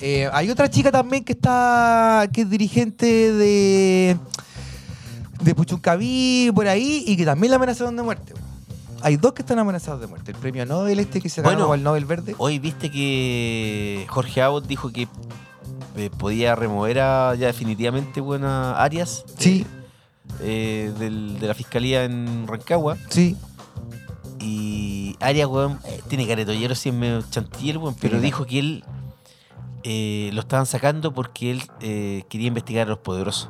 Speaker 3: Eh, hay otra chica también que está. que es dirigente de. de Puchuncaví, por ahí, y que también la amenazaron de muerte. Hay dos que están amenazados de muerte. El premio Nobel este que se ganó
Speaker 2: Bueno.
Speaker 3: con el Nobel Verde.
Speaker 2: Hoy viste que Jorge Abbott dijo que eh, podía remover a, ya definitivamente, weón, a Arias.
Speaker 3: Sí,
Speaker 2: eh, del- de la fiscalía en Rancagua.
Speaker 3: sí.
Speaker 2: Y Arias, weón, eh, tiene caretollero, sí es medio chantiller, weón, pero
Speaker 3: Mira.
Speaker 2: dijo que él eh, lo estaban sacando porque él eh, quería investigar a los poderosos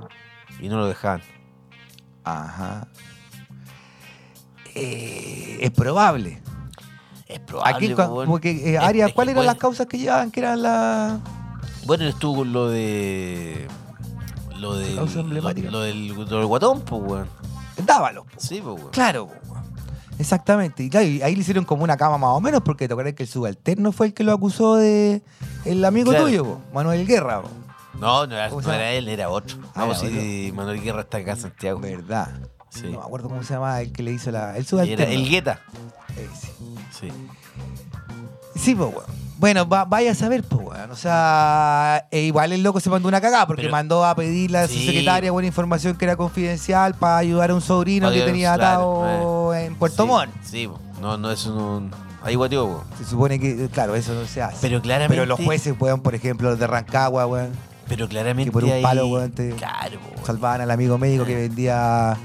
Speaker 2: y no lo dejaban.
Speaker 3: Ajá. Eh, es probable.
Speaker 2: Es
Speaker 3: Aquí,
Speaker 2: probable,
Speaker 3: cua-
Speaker 2: weón.
Speaker 3: porque, eh,
Speaker 2: Es-
Speaker 3: Arias,
Speaker 2: es que
Speaker 3: ¿cuáles eran
Speaker 2: puede-
Speaker 3: las causas que llevaban? Que eran las.
Speaker 2: Bueno, él estuvo con lo de. Lo del,
Speaker 3: causa
Speaker 2: lo,
Speaker 3: emblemática.
Speaker 2: lo del, lo del guatón, pues, weón.
Speaker 3: Dávalos, po.
Speaker 2: Sí, pues, weón.
Speaker 3: Claro, po, weón. exactamente. Y claro, y ahí le hicieron como una cama más o menos, porque te acuerdas que el subalterno fue el que lo acusó de el amigo
Speaker 2: Claro.
Speaker 3: tuyo, po, Manuel Guerra. po.
Speaker 2: No, no, era,
Speaker 3: ¿Cómo
Speaker 2: no
Speaker 3: se llama?
Speaker 2: era él, era otro.
Speaker 3: Ah,
Speaker 2: Vamos,
Speaker 3: era
Speaker 2: si Manuel Guerra está acá en Santiago.
Speaker 3: ¿Verdad?
Speaker 2: Sí.
Speaker 3: No me acuerdo cómo se llama el que le hizo la. El
Speaker 2: Era
Speaker 3: subalterno.
Speaker 2: el Guetta.
Speaker 3: Ese.
Speaker 2: Sí.
Speaker 3: Sí, po, weón. Bueno, va- vaya a saber, pues, weón. O sea, e igual el loco se mandó una cagada porque
Speaker 2: Pero-
Speaker 3: mandó a pedirle a su
Speaker 2: Sí.
Speaker 3: secretaria buena información que era confidencial para ayudar a un sobrino
Speaker 2: Para
Speaker 3: que
Speaker 2: ayudar a un-
Speaker 3: tenía atado
Speaker 2: claro, eh.
Speaker 3: en Puerto
Speaker 2: Sí,
Speaker 3: Montt.
Speaker 2: Sí, po. no, no, eso no. Ahí guateó, po.
Speaker 3: Se supone que, claro, eso no se hace.
Speaker 2: Pero claramente-
Speaker 3: Pero los jueces, weón, por ejemplo, los de Rancagua, weón,
Speaker 2: Pero claramente.
Speaker 3: Que por un
Speaker 2: ahí-
Speaker 3: palo, weón, te-
Speaker 2: Claro, po, weón.
Speaker 3: salvaban al amigo médico que vendía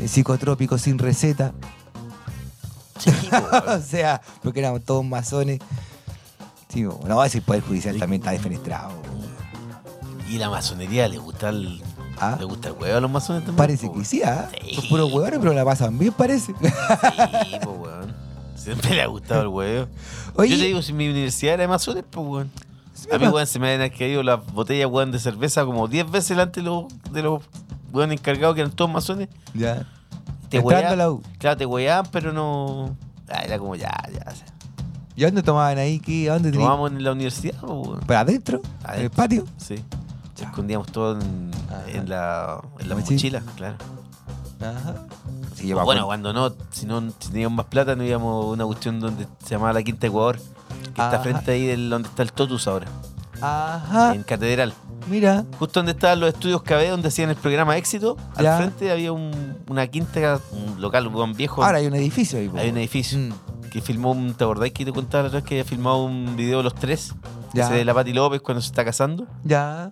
Speaker 3: eh, psicotrópicos sin receta.
Speaker 2: Sí, po,
Speaker 3: o
Speaker 2: weón.
Speaker 3: sea, porque éramos todos masones. Sí, weón. no, ese poder judicial también está defenestrado. weón.
Speaker 2: Y la masonería le gusta el.
Speaker 3: Ah.
Speaker 2: Le gusta el huevo a los masones también.
Speaker 3: Parece
Speaker 2: po,
Speaker 3: que
Speaker 2: weón.
Speaker 3: sí, ¿ah?
Speaker 2: Sí.
Speaker 3: Son puros huevones, pero la pasan bien, parece.
Speaker 2: Sí, po, weón. Siempre le ha gustado el huevo.
Speaker 3: Oye.
Speaker 2: Yo te digo, si mi universidad era de masones, pues, weón.
Speaker 3: Sí,
Speaker 2: A mí,
Speaker 3: papá.
Speaker 2: weón, se me han caído las botellas, weón, de cerveza como 10 veces delante de los, de los weón encargados que eran todos masones.
Speaker 3: ya.
Speaker 2: Te
Speaker 3: Entrando
Speaker 2: weaban-
Speaker 3: a la U.
Speaker 2: Claro, te weaban, pero no. Ah, era como ya, ya.
Speaker 3: ¿Y a dónde tomaban ahí? ¿Qué? ¿A dónde tenían?
Speaker 2: Tomábamos en la universidad, po, weón.
Speaker 3: ¿Para adentro? ¿En el
Speaker 2: Adentro.
Speaker 3: patio?
Speaker 2: Sí.
Speaker 3: Ya.
Speaker 2: Escondíamos todo en,
Speaker 3: Ajá.
Speaker 2: en la, en la
Speaker 3: Mochila.
Speaker 2: mochila, claro.
Speaker 3: Ajá. Sí, yo me
Speaker 2: O bueno,
Speaker 3: acuerdo.
Speaker 2: cuando no, si no si teníamos más plata, no íbamos a una cuestión donde se llamaba la Quinta Ecuador, que
Speaker 3: Ajá.
Speaker 2: está frente ahí del, donde está el Totus ahora,
Speaker 3: Ajá.
Speaker 2: en Catedral.
Speaker 3: Mira.
Speaker 2: Justo donde estaban los estudios KB, donde hacían el programa Éxito, al
Speaker 3: Ya.
Speaker 2: frente había un- una quinta, un local un viejo.
Speaker 3: Ahora hay un edificio ahí. po.
Speaker 2: hay un edificio
Speaker 3: Mm.
Speaker 2: que filmó un. ¿Te acordás que te contaba la otra vez que había filmado un video de los tres?
Speaker 3: Ya.
Speaker 2: Ese de la Pati López cuando se está casando.
Speaker 3: Ya.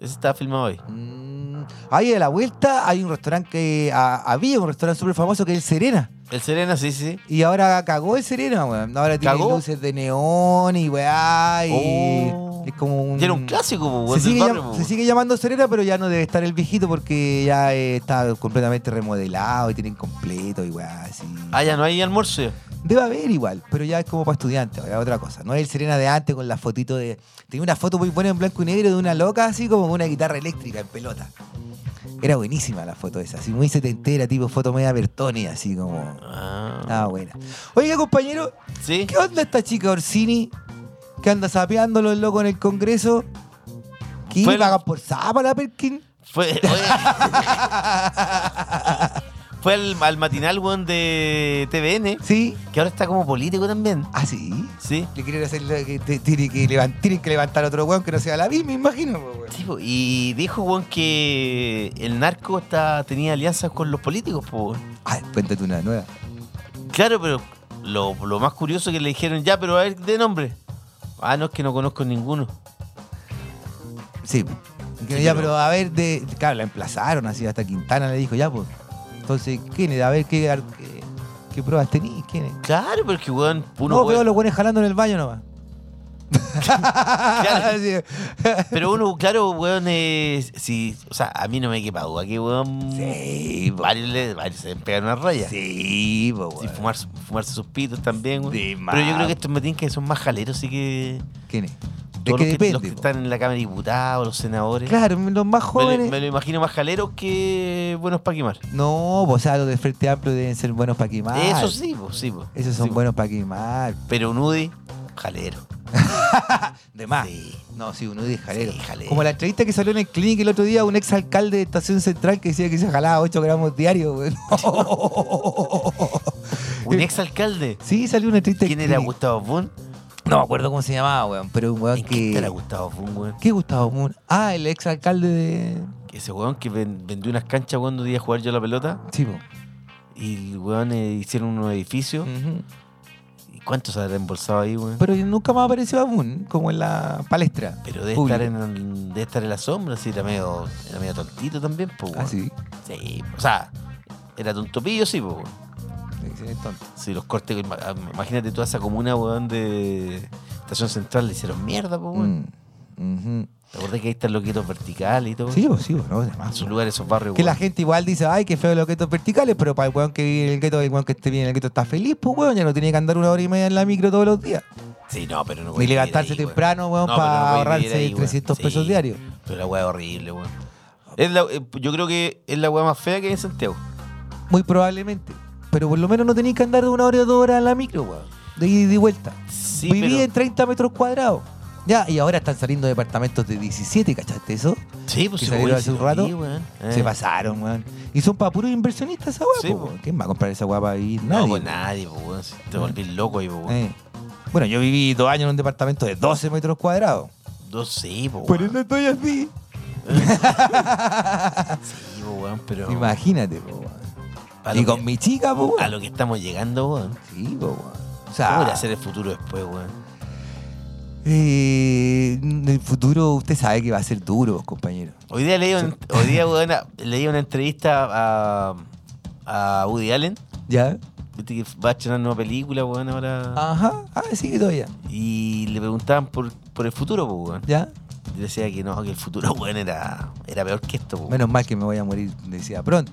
Speaker 2: Ese está filmado hoy.
Speaker 3: Mm, ahí a la vuelta hay un restaurante que a- había un restaurante súper famoso que es el Serena.
Speaker 2: El Serena, sí, sí.
Speaker 3: Y ahora cagó el Serena, weón. Ahora tiene
Speaker 2: ¿Cagó?
Speaker 3: luces de neón y weá. Y
Speaker 2: Oh.
Speaker 3: es como un.
Speaker 2: Ya era un clásico, po,
Speaker 3: Se
Speaker 2: weón, del
Speaker 3: sigue,
Speaker 2: barrio, pues.
Speaker 3: llam-
Speaker 2: po.
Speaker 3: se sigue llamando Serena, pero ya no debe estar el viejito porque ya eh, está completamente remodelado y tiene incompleto y weá. Así.
Speaker 2: Ah, ya no hay almuerzo. ya.
Speaker 3: Debe haber igual, pero ya es como para estudiantes, ahora otra cosa. No es el Serena de antes con la fotito de. Tenía una foto muy buena en blanco y negro de una loca así como con una guitarra eléctrica en pelota. Era buenísima la foto esa, así muy setentera, tipo foto media Bertoni, así como.
Speaker 2: Ah.
Speaker 3: Ah, buena. Oiga, compañero,
Speaker 2: Sí.
Speaker 3: ¿qué onda esta chica Orsini que anda sapeando los locos en el Congreso? ¿Qué
Speaker 2: Fue el-
Speaker 3: pagan por zapa la Perkin?
Speaker 2: Fue, oye. Fue al, al matinal, weón, de TVN,
Speaker 3: ¿Sí?
Speaker 2: que ahora está como político también.
Speaker 3: ¿Ah, sí?
Speaker 2: Sí.
Speaker 3: Le quieren hacer lo que te- tiene que, levan- tienen que levantar otro weón que no sea la misma, me imagino. po, weón.
Speaker 2: Sí, po, y dijo, weón, que el narco está, tenía alianzas con los políticos, po, weón.
Speaker 3: Ah, cuéntate una nueva.
Speaker 2: Claro, pero lo, lo más curioso que le dijeron, ya, pero a ver, de nombre. Ah, no, es que no conozco ninguno.
Speaker 3: Sí. Que
Speaker 2: Sí,
Speaker 3: ya,
Speaker 2: pero-
Speaker 3: pero a ver, de, claro, la emplazaron así, hasta Quintana le dijo, ya, pues. Entonces, ¿quién es? A ver, ¿qué, ar- qué, qué pruebas tenís? ¿Quién es?
Speaker 2: Claro, pero es que, weón, uno
Speaker 3: no,
Speaker 2: puede-
Speaker 3: veo a los buenos jalando en el baño nomás.
Speaker 2: Claro.
Speaker 3: Sí.
Speaker 2: Pero uno, claro, weón, eh, si, o sea, a mí no me quepa duda que, weón,
Speaker 3: Sí, po.
Speaker 2: varios, le- varios se pegan una raya.
Speaker 3: Sí, po,
Speaker 2: Y
Speaker 3: weón.
Speaker 2: fumar, fumarse sus pitos también, weón.
Speaker 3: De más.
Speaker 2: Pero yo creo que estos matines que son más jaleros, así que...
Speaker 3: ¿Quién es? Es
Speaker 2: todos
Speaker 3: que
Speaker 2: los, que, los
Speaker 3: depende.
Speaker 2: que
Speaker 3: po.
Speaker 2: están en la Cámara de Diputados, los senadores.
Speaker 3: Claro, los más
Speaker 2: Me lo-
Speaker 3: jóvenes.
Speaker 2: Me, lo imagino más jaleros que buenos para quemar.
Speaker 3: No, pues, o sea, los del Frente Amplio deben ser buenos para quemar.
Speaker 2: Eso sí, pues, sí, pues.
Speaker 3: Esos
Speaker 2: Sí,
Speaker 3: son
Speaker 2: pues.
Speaker 3: buenos para quemar.
Speaker 2: Pero un UDI, jalero.
Speaker 3: De más.
Speaker 2: Sí.
Speaker 3: No, sí, uno de jalero.
Speaker 2: Sí, jalero.
Speaker 3: Como la entrevista que salió en el clinic el otro día, un ex alcalde de Estación Central que decía que se jalaba 8 gramos diarios, güey.
Speaker 2: Un
Speaker 3: Eh,
Speaker 2: exalcalde.
Speaker 3: Sí, salió una entrevista.
Speaker 2: ¿Quién
Speaker 3: del
Speaker 2: era
Speaker 3: Clinic.
Speaker 2: Gustavo Fun?
Speaker 3: No me acuerdo cómo se llamaba, weón, pero un weón
Speaker 2: ¿En qué era
Speaker 3: que.
Speaker 2: Gustavo Fun, weón?
Speaker 3: ¿Qué Gustavo Moon? Ah, el ex alcalde de.
Speaker 2: Ese weón que ven- vendió unas canchas cuando iba a jugar yo a la pelota.
Speaker 3: Sí, po.
Speaker 2: Y el weón eh, hicieron unos edificios.
Speaker 3: Ujú.
Speaker 2: ¿Y cuántos habrá embolsado ahí, weón?
Speaker 3: Mm. Pero nunca más apareció Abun, como en la palestra.
Speaker 2: Pero debe
Speaker 3: pública.
Speaker 2: estar, en, el- debe estar en la sombra, sí, era medio, era medio tontito también, pues,
Speaker 3: Ah, sí.
Speaker 2: Sí, o sea, era tontopillo, sí, pues, weón.
Speaker 3: Sí, es tonto.
Speaker 2: Sí, los cortes, ima- ah, imagínate toda esa comuna, weón, de Estación Central, le hicieron mierda, pues, weón.
Speaker 3: Mm. Ujú.
Speaker 2: ¿Te acordás que ahí están los loquitos verticales y todo?
Speaker 3: Sí, po, sí, po, no, de más,
Speaker 2: Esos
Speaker 3: po.
Speaker 2: lugares, esos barrios,
Speaker 3: Que la
Speaker 2: weón.
Speaker 3: gente igual dice, ay, qué feo los guetos verticales, pero para el weón que vive en el gueto, el weón que esté bien en el gueto está feliz, pues weón, ya no tiene que andar una hora y media en la micro todos los días.
Speaker 2: Sí, no, pero no
Speaker 3: Ni
Speaker 2: podía
Speaker 3: levantarse
Speaker 2: vivir ahí,
Speaker 3: temprano,
Speaker 2: No,
Speaker 3: weón,
Speaker 2: pero
Speaker 3: para
Speaker 2: no podía
Speaker 3: ahorrarse
Speaker 2: vivir ahí, weón.
Speaker 3: 300
Speaker 2: Sí,
Speaker 3: pesos diarios.
Speaker 2: Pero la weá es horrible, weón. Es la- eh, yo creo que es la weá más fea que hay en Santiago.
Speaker 3: Muy probablemente. Pero por lo menos no tenéis que andar de una hora o dos horas en la micro, weón. De ida y de vuelta.
Speaker 2: Sí,
Speaker 3: Viví
Speaker 2: pero-
Speaker 3: en 30 metros cuadrados. Ya, y ahora están saliendo departamentos de 17, ¿cachaste eso?
Speaker 2: Sí, pues sí,
Speaker 3: que salieron
Speaker 2: weón,
Speaker 3: hace
Speaker 2: sí
Speaker 3: un
Speaker 2: lo
Speaker 3: rato,
Speaker 2: vi, weón.
Speaker 3: Se
Speaker 2: Eh.
Speaker 3: pasaron, weón. Y son para puros inversionistas esa weá,
Speaker 2: Sí,
Speaker 3: po,
Speaker 2: po.
Speaker 3: weón. ¿Quién va a comprar esa weá para vivir?
Speaker 2: No,
Speaker 3: Nadie,
Speaker 2: pues
Speaker 3: po.
Speaker 2: nadie, pues, weón. Si Te volvís loco ahí, pues, weón.
Speaker 3: Eh. Bueno, yo viví dos años en un departamento de 12 metros cuadrados.
Speaker 2: No sé, pues,
Speaker 3: Por
Speaker 2: weón.
Speaker 3: eso estoy así.
Speaker 2: Sí, pues, weón, pero
Speaker 3: Imagínate, po, weón.
Speaker 2: a lo
Speaker 3: Y
Speaker 2: que-
Speaker 3: con mi chica, po,
Speaker 2: a
Speaker 3: weón.
Speaker 2: lo que estamos llegando, weón.
Speaker 3: Sí, po, weón. O
Speaker 2: ¿Cómo
Speaker 3: sea,
Speaker 2: irá a ser el futuro después, weón?
Speaker 3: eh, en el futuro usted sabe que va a ser duro, compañero.
Speaker 2: Hoy día leí, un- hoy día, weón, a- leí una entrevista a, a Woody Allen.
Speaker 3: ¿Ya?
Speaker 2: Viste que va a estrenar nueva película, weón, ahora.
Speaker 3: Ajá. Ah, sí, todavía.
Speaker 2: Y le preguntaban por, por el futuro, pues, weón.
Speaker 3: ¿Ya?
Speaker 2: Y decía que no, que el futuro, weón, era, era peor que esto, pues.
Speaker 3: Menos mal que me voy a morir, decía pronto.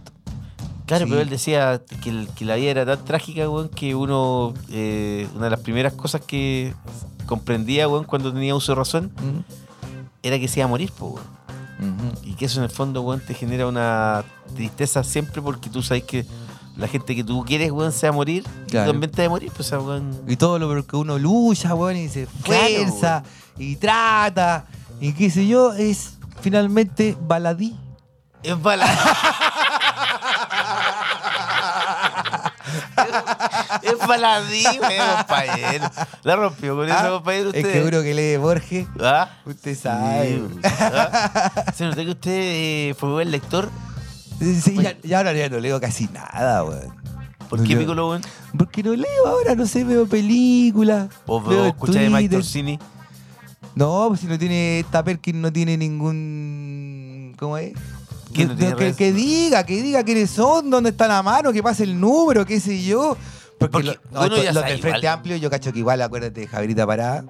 Speaker 2: Claro,
Speaker 3: Sí.
Speaker 2: pero él decía que, el- que la vida era tan trágica, weón, que uno, eh, una de las primeras cosas que comprendía, weón, cuando tenía uso de razón,
Speaker 3: Mm.
Speaker 2: era que se iba a morir, po, weón.
Speaker 3: Ujú.
Speaker 2: Y que eso en el fondo, weón, te genera una tristeza siempre porque tú sabes que la gente que tú quieres, weón, se va a morir. Y
Speaker 3: Claro.
Speaker 2: tú también te vas a morir, pues, o sea, weón.
Speaker 3: Y todo lo por que uno lucha, weón, y se esfuerza, y trata, y qué sé yo, es finalmente baladí.
Speaker 2: Es bala. es baladí, weón, compañero. La rompió con eso, compañero.
Speaker 3: Ah, es
Speaker 2: Usted.
Speaker 3: que uno que lee Borges,
Speaker 2: ¿Ah?
Speaker 3: usted sabe.
Speaker 2: Sí, ¿ah? Se nota que usted eh, fue buen lector.
Speaker 3: Sí, ya, ya ahora ya no leo casi nada, weón.
Speaker 2: ¿Por
Speaker 3: No
Speaker 2: qué
Speaker 3: leo.
Speaker 2: Piccolo, weón?
Speaker 3: Porque no leo ahora, no sé, veo películas.
Speaker 2: ¿Vos
Speaker 3: veo
Speaker 2: escucháis de Mike
Speaker 3: Twitter.
Speaker 2: Torsini?
Speaker 3: No, pues si no tiene, esta Perkin no tiene ningún ¿Cómo es?
Speaker 2: ¿Quién
Speaker 3: No,
Speaker 2: no tiene
Speaker 3: no, que,
Speaker 2: redes?
Speaker 3: que diga, que diga quiénes son, dónde está la mano, que pase el número, qué sé yo. Porque,
Speaker 2: Porque
Speaker 3: lo- no,
Speaker 2: uno
Speaker 3: esto-
Speaker 2: ya
Speaker 3: los
Speaker 2: sabe
Speaker 3: del Frente
Speaker 2: igual.
Speaker 3: Amplio, yo cacho que igual, acuérdate de Javierita Parada.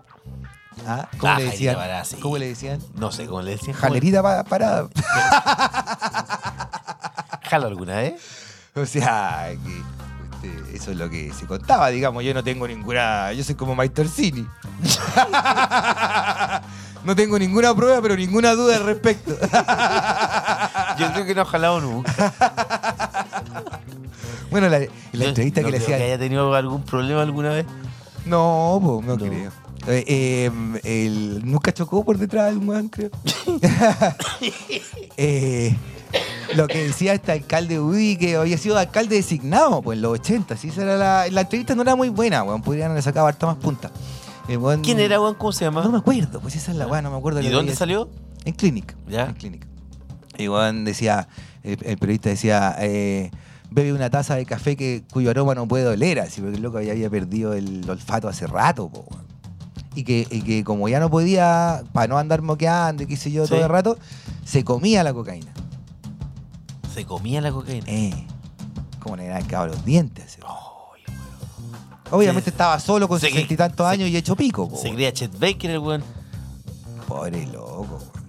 Speaker 3: ¿Ah? ¿Cómo
Speaker 2: Ah,
Speaker 3: le
Speaker 2: Jairita
Speaker 3: decían?
Speaker 2: Parada, sí.
Speaker 3: ¿Cómo le decían?
Speaker 2: No sé cómo le decían.
Speaker 3: Jalerita Pa- Parada.
Speaker 2: Jalo alguna vez.
Speaker 3: O sea, que, este, eso es lo que se contaba, digamos. Yo no tengo ninguna. Yo soy como Maestorcini. no tengo ninguna prueba, pero ninguna duda al respecto.
Speaker 2: Yo creo que no ha jalado nunca.
Speaker 3: bueno, la, la
Speaker 2: Yo
Speaker 3: entrevista
Speaker 2: no
Speaker 3: que le
Speaker 2: creo
Speaker 3: hacían.
Speaker 2: que haya tenido algún problema alguna vez.
Speaker 3: No, po,
Speaker 2: No.
Speaker 3: no, creo. Eh, eh, el- nunca chocó por detrás del weón, creo. Eh, lo que decía este alcalde Udi, que había sido alcalde designado pues, en los 80. ¿sí? Esa era la, la entrevista no era muy buena, weón. Podrían haber sacado harta más punta. El weón-
Speaker 2: ¿Quién era, Juan? ¿Cómo se
Speaker 3: No me
Speaker 2: llamaba?
Speaker 3: acuerdo, pues esa es la weá, no me acuerdo.
Speaker 2: Ah. ¿Y
Speaker 3: lo que
Speaker 2: dónde
Speaker 3: había-
Speaker 2: salió?
Speaker 3: En Clinic.
Speaker 2: Ya.
Speaker 3: En Clinic. Y weón decía, el, el periodista decía, eh, bebe una taza de café que, cuyo aroma no puede oler, así porque el loco ya había perdido el olfato hace rato, po, weón. Y que, y que como ya no podía, para no andar moqueando y qué sé yo
Speaker 2: Sí.
Speaker 3: todo el rato, se comía la cocaína.
Speaker 2: Se comía la cocaína.
Speaker 3: Eh, como le eran cabros los dientes. ese, weón. Obviamente estaba solo con
Speaker 2: Se cre-
Speaker 3: sesenta y tantos
Speaker 2: se-
Speaker 3: años y hecho pico, po,
Speaker 2: Se
Speaker 3: weón.
Speaker 2: creía Chet Baker, el weón.
Speaker 3: Pobre loco, weón.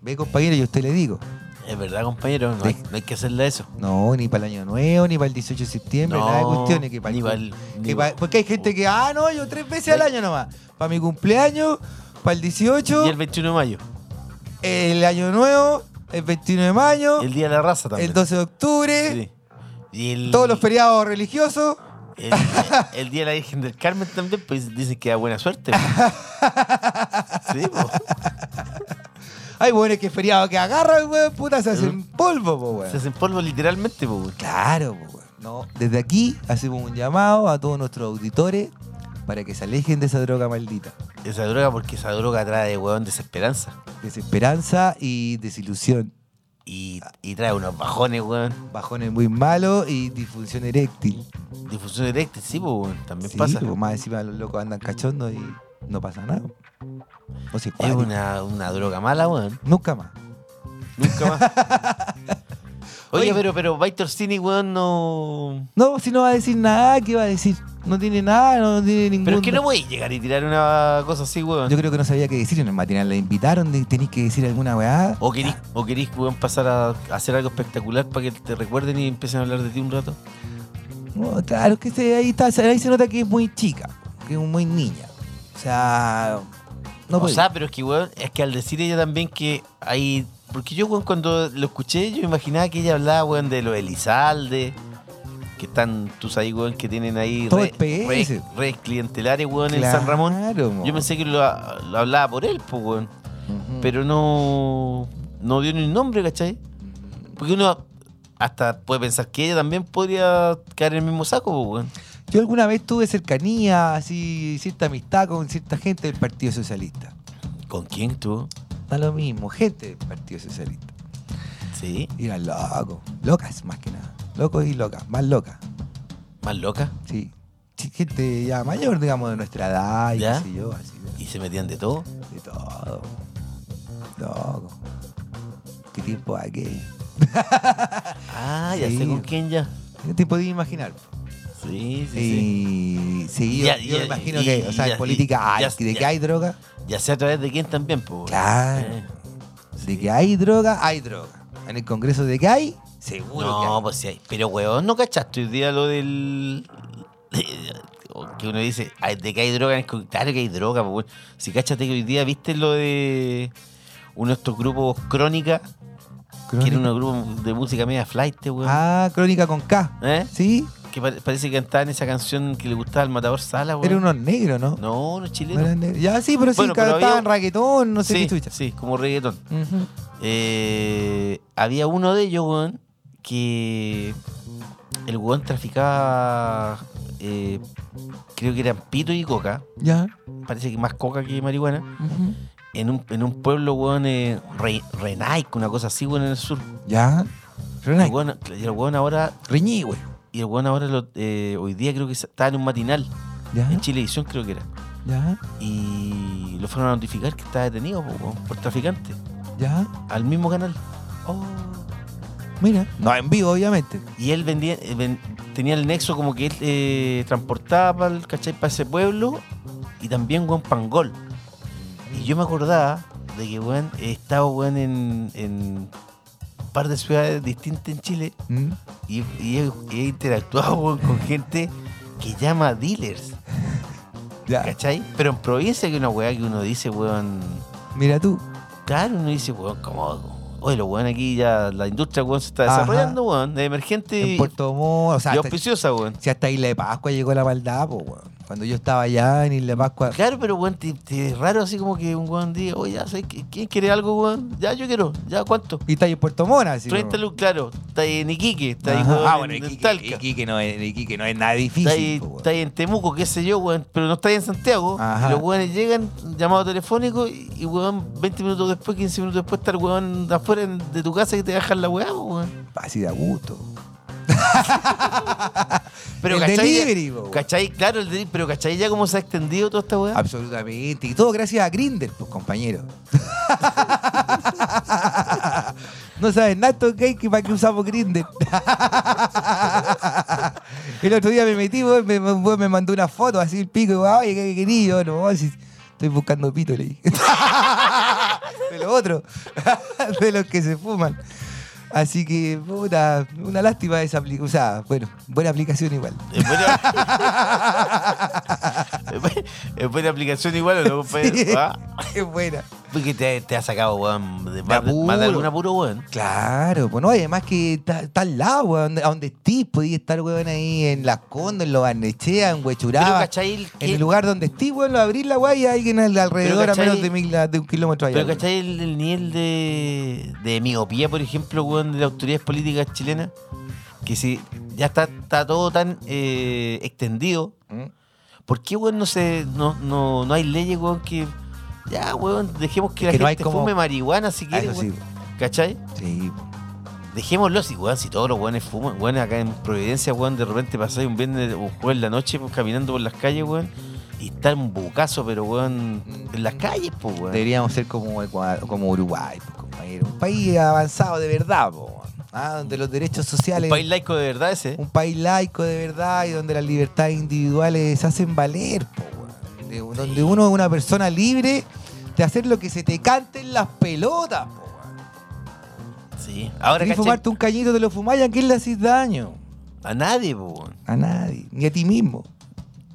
Speaker 3: Ve, compañero, yo a usted le digo.
Speaker 2: Es verdad, compañero. No,
Speaker 3: Sí.
Speaker 2: hay, no hay que hacerle eso.
Speaker 3: No, ni para el año nuevo, ni para el 18 de septiembre,
Speaker 2: No,
Speaker 3: nada de cuestiones que para
Speaker 2: ni pa'l- ni pa'l-
Speaker 3: Porque hay gente que, ah, no, yo tres veces al año nomás. Para mi cumpleaños, para el 18,
Speaker 2: Y el
Speaker 3: el,
Speaker 2: 21 de mayo.
Speaker 3: año nuevo, el 29 de mayo,
Speaker 2: El
Speaker 3: el,
Speaker 2: Día de la Raza también.
Speaker 3: 12 de octubre,
Speaker 2: Sí. Y el,
Speaker 3: todos los feriados religiosos.
Speaker 2: el, el Día de la Virgen del Carmen también, pues dicen que da buena suerte. sí, po.
Speaker 3: Hay buenos que feriado que agarran, weón, puta, se hacen polvo, po, weón.
Speaker 2: Mm. Se hacen polvo literalmente, po. weón.
Speaker 3: Claro, po, weón. No, desde aquí hacemos un llamado a todos nuestros auditores para que se alejen de esa droga maldita.
Speaker 2: Esa droga, porque esa droga trae, weón, desesperanza.
Speaker 3: Desesperanza y desilusión.
Speaker 2: Y, y trae unos bajones, weón.
Speaker 3: bajones muy malos y disfunción eréctil.
Speaker 2: Difusión directa, sí, po, weón. También
Speaker 3: Sí,
Speaker 2: pasa.
Speaker 3: pues, más encima los locos andan cachondos y no pasa nada. O si
Speaker 2: Es una, una droga mala, weón.
Speaker 3: Nunca más.
Speaker 2: Nunca más. Oye,
Speaker 3: Oye.
Speaker 2: pero, pero Vitor Cini, weón, no.
Speaker 3: No, si no va a decir nada, ¿qué va a decir? No tiene nada, no tiene ningún...
Speaker 2: Pero es que no voy a llegar y tirar una cosa así, weón.
Speaker 3: Yo creo que no sabía qué decir en el matinal. Le invitaron, de- tenéis que decir alguna weá.
Speaker 2: O querís, o querís, weón, pasar a hacer algo espectacular para que te recuerden y empiecen a hablar de ti un rato.
Speaker 3: No, claro, que se- ahí, está, ahí se nota que es muy chica, que es muy niña. O sea...
Speaker 2: o
Speaker 3: No pues. puede.
Speaker 2: sea, pero es que, weón, es que al decir ella también que hay... Porque yo, weón, cuando lo escuché, yo imaginaba que ella hablaba, weón, de los Elizalde, que están, tú sabes, weón, que tienen ahí
Speaker 3: Todo
Speaker 2: re-
Speaker 3: el PS.
Speaker 2: re- redes clientelares, weón, en San Ramón.
Speaker 3: Claro, mo.
Speaker 2: Yo pensé que lo, lo hablaba por él, pues, weón.
Speaker 3: Ujú.
Speaker 2: Pero no, no dio ni un nombre, ¿cachai? Porque uno hasta puede pensar que ella también podría caer en el mismo saco, pues, weón.
Speaker 3: Yo alguna vez tuve cercanía, así, cierta amistad con cierta gente del Partido Socialista.
Speaker 2: ¿Con quién tú?
Speaker 3: Da lo mismo, gente del Partido Socialista.
Speaker 2: Sí,
Speaker 3: Y eran locos, locas más que nada. Locos y locas, más locas,
Speaker 2: más loca.
Speaker 3: sí. Sí, Gente ya mayor, digamos, de nuestra edad y
Speaker 2: ¿Ya?
Speaker 3: qué sé yo, así, de,
Speaker 2: Y se metían de todo.
Speaker 3: de todo. Loco. ¿Qué tiempo aquel?
Speaker 2: Ah, ya
Speaker 3: Sí.
Speaker 2: sé con quién ya.
Speaker 3: ¿Qué te podías imaginar?
Speaker 2: Sí, sí, sí.
Speaker 3: Y sí,
Speaker 2: Ya,
Speaker 3: yo, yo
Speaker 2: ya,
Speaker 3: me imagino
Speaker 2: y-
Speaker 3: que, o sea,
Speaker 2: ya,
Speaker 3: en política,
Speaker 2: y-
Speaker 3: hay,
Speaker 2: ya,
Speaker 3: de que
Speaker 2: ya.
Speaker 3: hay droga,
Speaker 2: Ya sé a través de quién también, pues. weón.
Speaker 3: Claro.
Speaker 2: Eh.
Speaker 3: de que hay droga, hay droga. En el Congreso de que hay, seguro que hay.
Speaker 2: No, pues sí hay. Pero, weón, ¿no cachaste hoy día lo del... o que uno dice, "Ay, de que hay droga en el co-". Claro que hay droga, pues, weón. Si cachate que hoy día, ¿viste lo de uno de estos grupos Crónica? Que era un grupo de música media flight, weón.
Speaker 3: Ah, Crónica con K.
Speaker 2: ¿Eh?
Speaker 3: Sí,
Speaker 2: Que pare- parece que cantaban esa canción que le gustaba al Matador Sala, weón.
Speaker 3: era unos negros, ¿no?
Speaker 2: No, los
Speaker 3: No
Speaker 2: chilenos.
Speaker 3: eran negros. Ya, sí, pero sí,
Speaker 2: Bueno, pero
Speaker 3: cantaban
Speaker 2: había-
Speaker 3: raquetón, no sé
Speaker 2: sí,
Speaker 3: qué chucha.
Speaker 2: sí, como reggaetón.
Speaker 3: Ujú.
Speaker 2: Eh, había uno de ellos, weón, que el weón traficaba, eh, creo que eran pito y coca,
Speaker 3: Ya.
Speaker 2: parece que más coca que marihuana,
Speaker 3: ujú.
Speaker 2: en un, en un pueblo, weón, eh, Re- Renaico, una cosa así, weón, en el sur.
Speaker 3: Ya.
Speaker 2: Y
Speaker 3: Renai.
Speaker 2: el weón, y el weón ahora,
Speaker 3: Reñí, güey.
Speaker 2: y el weón ahora lo- eh, hoy día creo que estaba en un matinal,
Speaker 3: Ya.
Speaker 2: en Chilevisión creo que era.
Speaker 3: Ya.
Speaker 2: Y lo fueron a notificar que estaba detenido po, weón, por traficante.
Speaker 3: ¿Ya?
Speaker 2: al mismo canal.
Speaker 3: Oh. Mira. No, en vivo, obviamente.
Speaker 2: Y él vendía, eh, ven- tenía el nexo como que él eh, transportaba pa'l- ¿cachai? para ese pueblo y también weón Pangol. Y yo me acordaba de que weón, he estado weón en, en un par de ciudades distintas en Chile
Speaker 3: Mm.
Speaker 2: y, y he, he interactuado weón, con gente que llama dealers,
Speaker 3: Ya.
Speaker 2: ¿cachai? Pero en provincia que una weá que uno dice, weón.
Speaker 3: Mira tú.
Speaker 2: Claro, uno dice, weón, como, oye, los weón aquí ya, la industria, weón, se está
Speaker 3: Ajá.
Speaker 2: desarrollando, weón, de emergente
Speaker 3: En
Speaker 2: y,
Speaker 3: Puerto Montt. O sea,
Speaker 2: y
Speaker 3: hasta-
Speaker 2: auspiciosa, weón.
Speaker 3: si hasta Isla de Pascua llegó la maldad, pues, weón. Cuando yo estaba allá en Isla de Pascua.
Speaker 2: Claro, pero weón, te, te es raro así como que un weón diga, oye, ya sé, que- ¿quién quiere algo, weón? Ya, yo quiero, ya, ¿cuánto?
Speaker 3: Y está ahí en Puerto Montt, así.
Speaker 2: 30
Speaker 3: weón.
Speaker 2: lucas, claro, está ahí en Iquique, está ahí
Speaker 3: Ajá.
Speaker 2: weón,
Speaker 3: Ah,
Speaker 2: en-
Speaker 3: bueno,
Speaker 2: en,
Speaker 3: Iquique,
Speaker 2: Talca,
Speaker 3: Iquique no es, Iquique no es nada difícil.
Speaker 2: está ahí,
Speaker 3: po, weón.
Speaker 2: está ahí en Temuco, qué sé yo, weón, pero no está ahí en Santiago.
Speaker 3: Ajá.
Speaker 2: Y los weones llegan, llamado telefónico, y, y, weón, 20 minutos después, 15 minutos después, está el weón afuera en- de tu casa que te va a dejar la weá, weón.
Speaker 3: Así de a gusto.
Speaker 2: Pero
Speaker 3: El
Speaker 2: ¿cachai?
Speaker 3: delivery, po, weón.
Speaker 2: ¿Cachai? Claro, el delivery, pero ¿cachai ya cómo se ha extendido toda esta weá?
Speaker 3: Absolutamente. Y todo gracias a Grinder, pues, compañero. no sabes Nato gay que para qué usamos Grinder. el otro día me metí, weón, me, me- weón, me mandó una foto así el pico, y, weón, oye, qué querido, no, si estoy buscando pito, le dije. de los otros, de los que se fuman. Así que, puta, una lástima esa aplicación. O sea, bueno, buena aplicación igual.
Speaker 2: Es buena, es
Speaker 3: Ah,
Speaker 2: buena- es buena aplicación igual, ¿o ¿no, compadre? ¿Ah?
Speaker 3: es buena.
Speaker 2: Porque te, te ha sacado, weón, de
Speaker 3: De
Speaker 2: más, de- más de
Speaker 3: apuro.
Speaker 2: algún apuro, weón.
Speaker 3: Claro, pues no, y además que está está al lado, weón, a donde estés, podías estar, weón, ahí en Las Condes, en Los Barnechea, en
Speaker 2: Pero,
Speaker 3: Huechuraba,
Speaker 2: ¿cachai? el
Speaker 3: en
Speaker 2: que-
Speaker 3: el lugar donde estés, weón, lo abrís la weá y alguien al- alrededor
Speaker 2: Pero, ¿cachai?
Speaker 3: a menos de, mil, de un kilómetro allá.
Speaker 2: Pero
Speaker 3: weón.
Speaker 2: ¿cachai el, el nivel de, de miopía, por ejemplo, weón, de las autoridades políticas chilenas? Que si ya está, está todo tan eh, extendido,
Speaker 3: ¿Mm?
Speaker 2: ¿por qué, weón, no, se, no, no, no hay leyes, weón, que... Ya, weón, dejemos que la
Speaker 3: que no hay
Speaker 2: gente
Speaker 3: como-
Speaker 2: fume marihuana si
Speaker 3: Ah,
Speaker 2: quiere,
Speaker 3: eso sí,
Speaker 2: weón. ¿Cachai?
Speaker 3: sí.
Speaker 2: Dejémoslo así, weón, si todos los weones fuman, weón, acá en Providencia, weón, de repente pasáis un viernes o un jueves en la noche pues, caminando por las calles, weón, y está un bucazo, pero weón, en las calles, pues, weón.
Speaker 3: Deberíamos ser como, Ecuador- como Uruguay, pues, compañero. Un país avanzado de verdad, po, weón. Ah, donde los derechos
Speaker 2: Un
Speaker 3: sociales.
Speaker 2: país laico de verdad ese.
Speaker 3: un país laico de verdad y donde las libertades individuales se hacen valer, po, weón. De- donde uno es una persona libre de hacer lo que se te cante en las pelotas. Po, weón.
Speaker 2: Sí. Ahora,
Speaker 3: Querés
Speaker 2: ¿cachai?
Speaker 3: fumarte un cañito te lo fumás y a quién le haces daño?
Speaker 2: A nadie, pues, weón.
Speaker 3: A nadie, ni a ti mismo.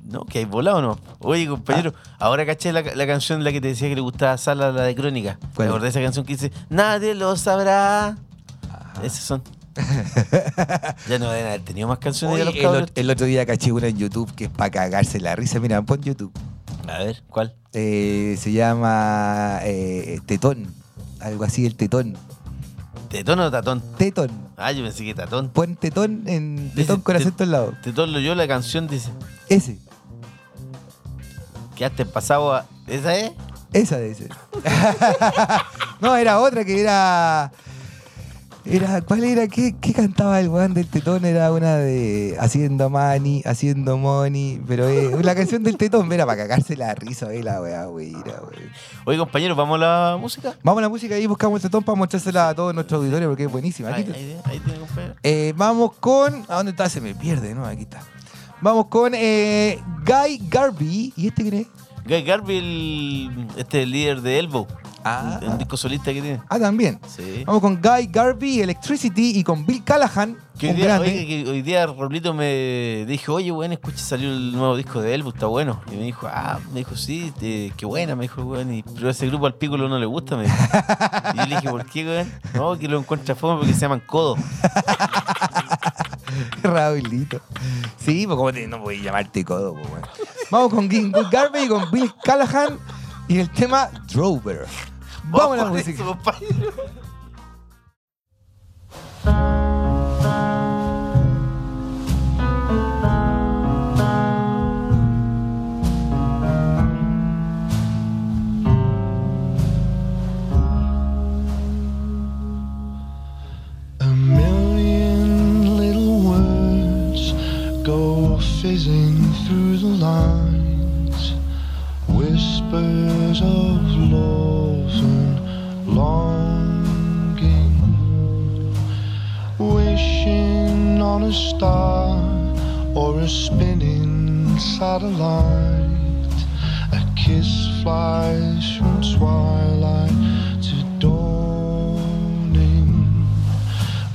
Speaker 2: No, que hay volado, ¿no? Oye, compañero,
Speaker 3: Ah.
Speaker 2: ahora caché la, la canción la que te decía que le gustaba a Sala, la de Crónica. ¿Te
Speaker 3: ¿Cuál?
Speaker 2: acordás de esa canción que dice, nadie lo sabrá? Esas son. ya no deben haber tenido más canciones
Speaker 3: Oye,
Speaker 2: de los
Speaker 3: el,
Speaker 2: cabros.
Speaker 3: ot- el otro día caché una en YouTube que es para cagarse la risa. Mira, pon YouTube.
Speaker 2: A ver, ¿cuál?
Speaker 3: Eh, se llama eh, Tetón, algo así, el Tetón.
Speaker 2: ¿Tetón o tatón?
Speaker 3: Tetón,
Speaker 2: Ah, yo pensé que tatón.
Speaker 3: pon Tetón en Tetón con
Speaker 2: te-
Speaker 3: acento al lado.
Speaker 2: Tetón lo yo la canción dice,
Speaker 3: Ese.
Speaker 2: que hasta pasado a... ¿Esa es?
Speaker 3: Esa de ese. no, era otra que era. Era. ¿Cuál era? ¿Qué, qué cantaba el weón del tetón? Era una de Haciendo Mani, Haciendo Money. Pero eh, la canción del tetón era para cagarse la risa, eh, la weá, wey, era, wey.
Speaker 2: Oye, compañeros, ¿vamos a la música?
Speaker 3: Vamos a la música y buscamos el tetón para mostrársela a todos nuestros auditores porque es buenísima. Aquí
Speaker 2: Ahí,
Speaker 3: te-
Speaker 2: ahí, ahí tiene, compañero.
Speaker 3: Eh, vamos con. ¿A dónde está? Se me pierde, ¿no? Aquí está. Vamos con eh, Guy Garvey. ¿Y este quién es?
Speaker 2: Guy Garvey, el- este es el líder de Elbow.
Speaker 3: Ah.
Speaker 2: Un, un disco solista que tiene. Oh,
Speaker 3: Ah, también.
Speaker 2: Sí.
Speaker 3: Vamos con Guy Garvey, Electricity y con Bill Callahan,
Speaker 2: Que hoy,
Speaker 3: un
Speaker 2: día,
Speaker 3: grande.
Speaker 2: oye, que hoy día Roblito me dijo, oye, bueno, escucha, salió el nuevo disco de Elbow, está bueno. Y me dijo, ah, me dijo, sí, eh, qué buena, me dijo, weón. y- Pero ese grupo al pícolo no le gusta, me dijo. Y yo le dije, ¿por qué, weón? No, que lo encuentra fome porque se llaman codo.
Speaker 3: Raulito. Sí, pues como te, no voy a llamarte codo, pues bueno. Vamos con Guy Garvey y con Bill Callahan y el tema Drover. Vamos a la
Speaker 2: por eso,
Speaker 3: música.
Speaker 2: compadre.
Speaker 4: A million little words go fizzing through the lines, whispers of love and long
Speaker 6: a star or a spinning satellite. A kiss flies from twilight to dawning.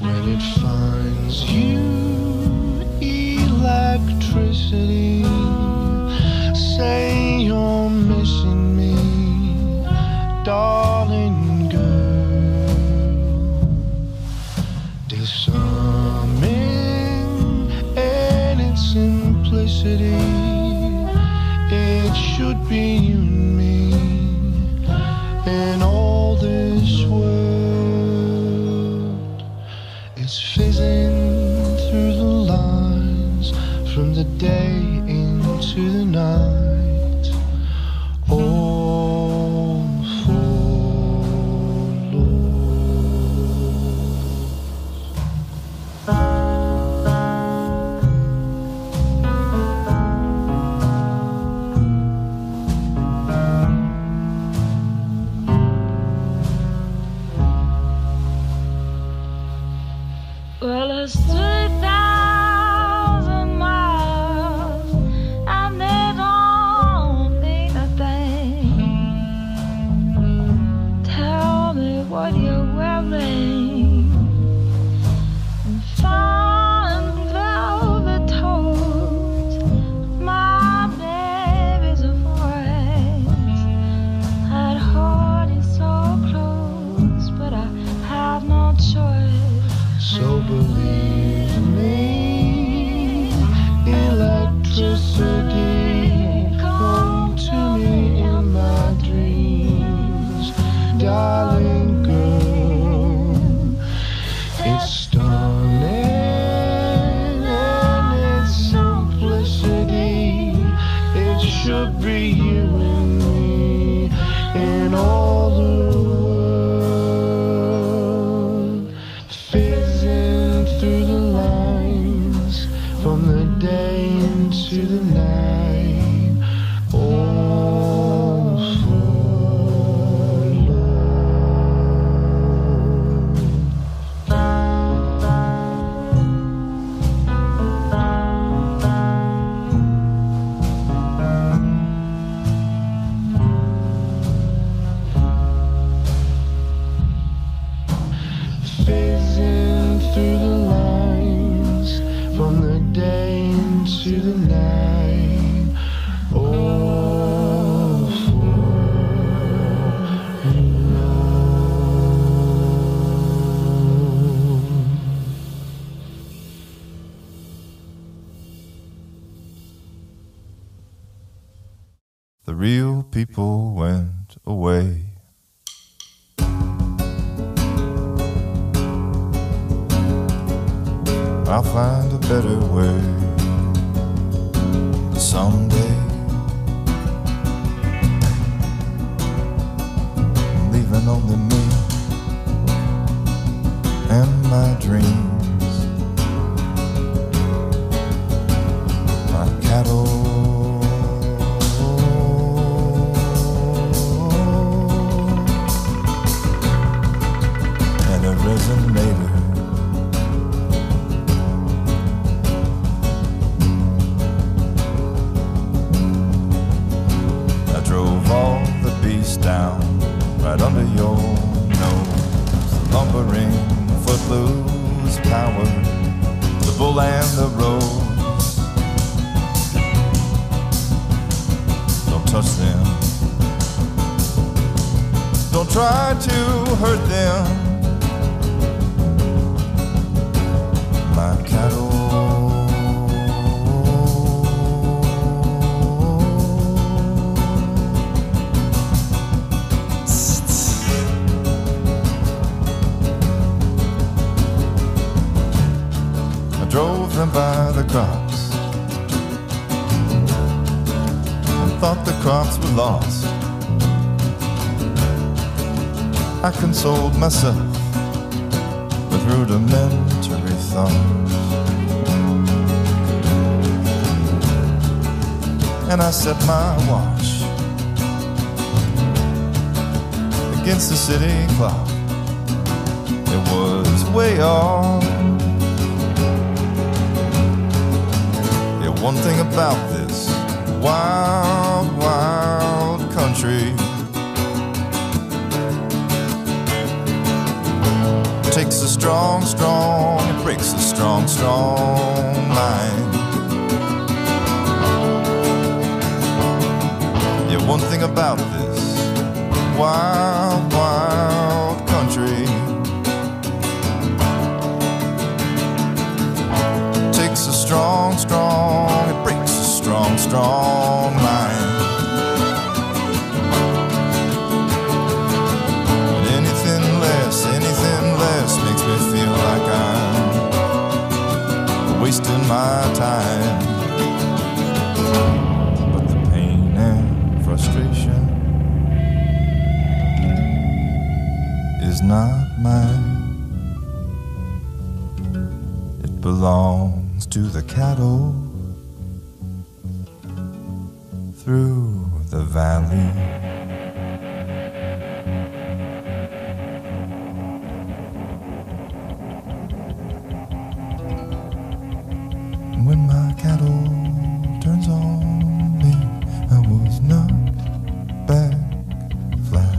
Speaker 6: When it finds you, electricity, say you're missing me, darling girl disarming in its simplicity. It should be you and me in all this world. It's fizzing through the lines from the day into the night. All forlorn.
Speaker 7: Well, it's 3,000 miles, and they don't mean a thing. Tell me what you're wearing. And fine velvet toes, my baby's voice. I'd hold you so close, but I have no choice.
Speaker 6: So believe me, electricity come to me in my dreams, darling girl. It's stunning in its simplicity. It should be you and me in all the world. Fizzing through the lines from the day into the night. All forlorn. fizzing through the lines from the day into the night. All forlorn.
Speaker 8: The real people went away. I'll find a better way someday. Leaving only me and my dreams. My cattle. And a resonator. I drove all the beasts down right under your nose. Lumbering, footloose power, the bull and the rose. Don't touch them. Don't try to hurt them. My cattle. I drove them by the crops and thought the crops were lost. I consoled myself with rudimentary thoughts. And I set my watch against the city clock. It was way off
Speaker 6: one thing about this wild, wild country. Takes a strong, strong, it breaks a strong, strong mind. Yeah, one thing about this wild, wild country. takes a strong, strong, it breaks a strong, strong mind. And anything less, anything less makes me feel like I'm wasting my time. But the pain and frustration is not mine. It belongs to the cattle through the valley. And When my cattle turns on me, I was not back flat.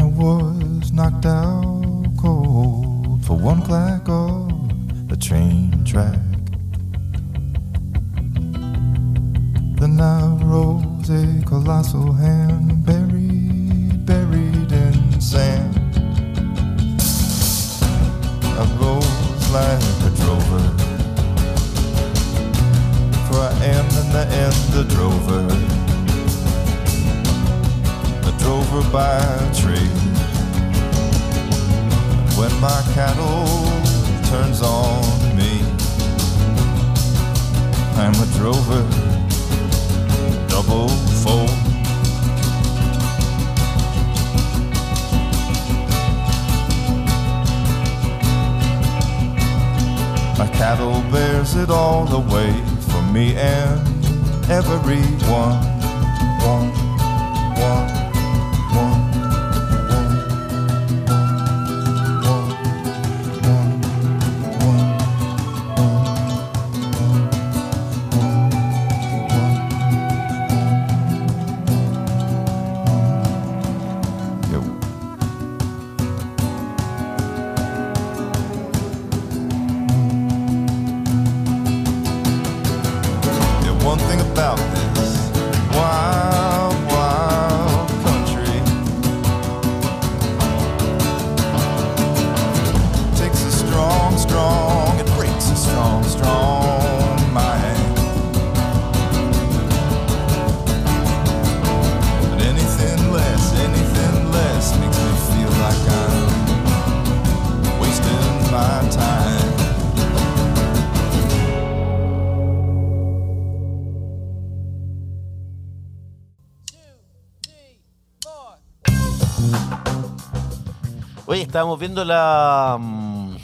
Speaker 6: I was knocked out cold for one clack of the train track. Then I rose a colossal hand buried, buried in sand. I rose like a drover, for I am in the end a drover, a drover by trade. When my cattle turns on me, I'm a drover, double fold. My cattle bears it all away for me and everyone. One, one, one, one. Yeah, one thing about this wild, wild country takes a strong, strong, it breaks a strong, strong mind. But anything less, anything less makes me feel like I'm wasting my time.
Speaker 2: Oye, estábamos viendo la, mm,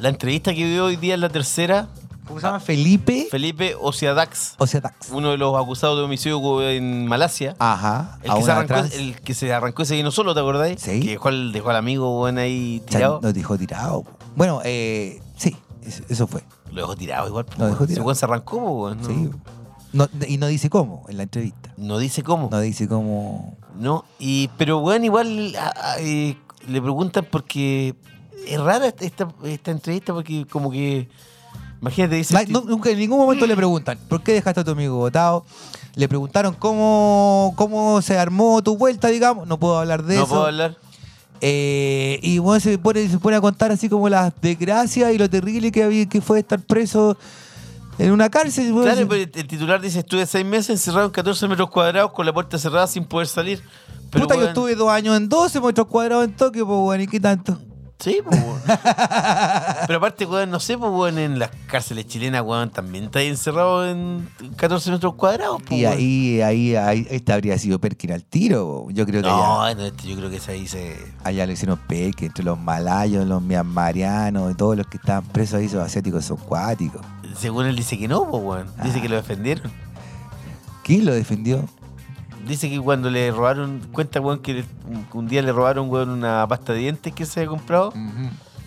Speaker 2: la entrevista que dio hoy día en la tercera.
Speaker 3: ¿Cómo se llama? Felipe.
Speaker 2: Felipe Ociadax,
Speaker 3: O sea, Tax.
Speaker 2: uno de los acusados de homicidio en Malasia.
Speaker 3: Ajá.
Speaker 2: El que,
Speaker 3: ahora
Speaker 2: se arrancó,
Speaker 3: Ah, atrás.
Speaker 2: el que se arrancó ese vino solo, ¿te acordáis?
Speaker 3: Sí.
Speaker 2: Que dejó al, dejó al amigo bueno, ahí
Speaker 3: O sea,
Speaker 2: tirado.
Speaker 3: Nos dejó tirado. po. Bueno, eh, sí, eso, eso fue.
Speaker 2: Lo dejó tirado igual. po,
Speaker 3: Lo dejó
Speaker 2: weón. Ese
Speaker 3: tirado.
Speaker 2: weón se arrancó, po, weón, ¿no?
Speaker 3: Sí. No- y no dice cómo en la entrevista.
Speaker 2: No dice cómo.
Speaker 3: No dice cómo.
Speaker 2: No, y, pero bueno, igual a- a- eh, le preguntan porque es rara esta, esta- esta entrevista porque como que, imagínate, dice... este-
Speaker 3: Ma- no- nunca, en ningún momento le preguntan, ¿por qué dejaste a tu amigo votado? Le preguntaron cómo, cómo se armó tu vuelta, digamos. No puedo hablar de
Speaker 2: no
Speaker 3: eso.
Speaker 2: puedo hablar.
Speaker 3: Eh, y bueno, se pone, se pone a contar así como las desgracias y lo terrible que, había, que fue estar preso en una cárcel. bueno,
Speaker 2: Claro,
Speaker 3: sí.
Speaker 2: pero el titular dice, estuve seis meses encerrado en 14 metros cuadrados con la puerta cerrada sin poder salir. Pero,
Speaker 3: Puta, yo
Speaker 2: weón,
Speaker 3: estuve dos años en 12 metros cuadrados en Tokio, pues bueno, ¿y qué tanto?
Speaker 2: Sí, pues, weón. Pero aparte, weón, no sé, pues, weón, en las cárceles chilenas, weón, también está encerrado en 14 metros cuadrados, pues,
Speaker 3: Y
Speaker 2: weón.
Speaker 3: ahí, ahí, ahí, este habría sido Perkin al tiro. Yo creo que allá,
Speaker 2: No, no, este, yo creo que esa dice...
Speaker 3: allá lo hicieron Perkin, entre los malayos, los mianmarianos, todos los que estaban presos ahí, esos asiáticos son cuáticos.
Speaker 2: Según él dice que no, pues, weón. Dice
Speaker 3: Ah.
Speaker 2: que lo defendieron.
Speaker 3: ¿Quién lo defendió?
Speaker 2: Dice que cuando le robaron, cuenta, weón, que le- un día le robaron, weón, una pasta de dientes que se había comprado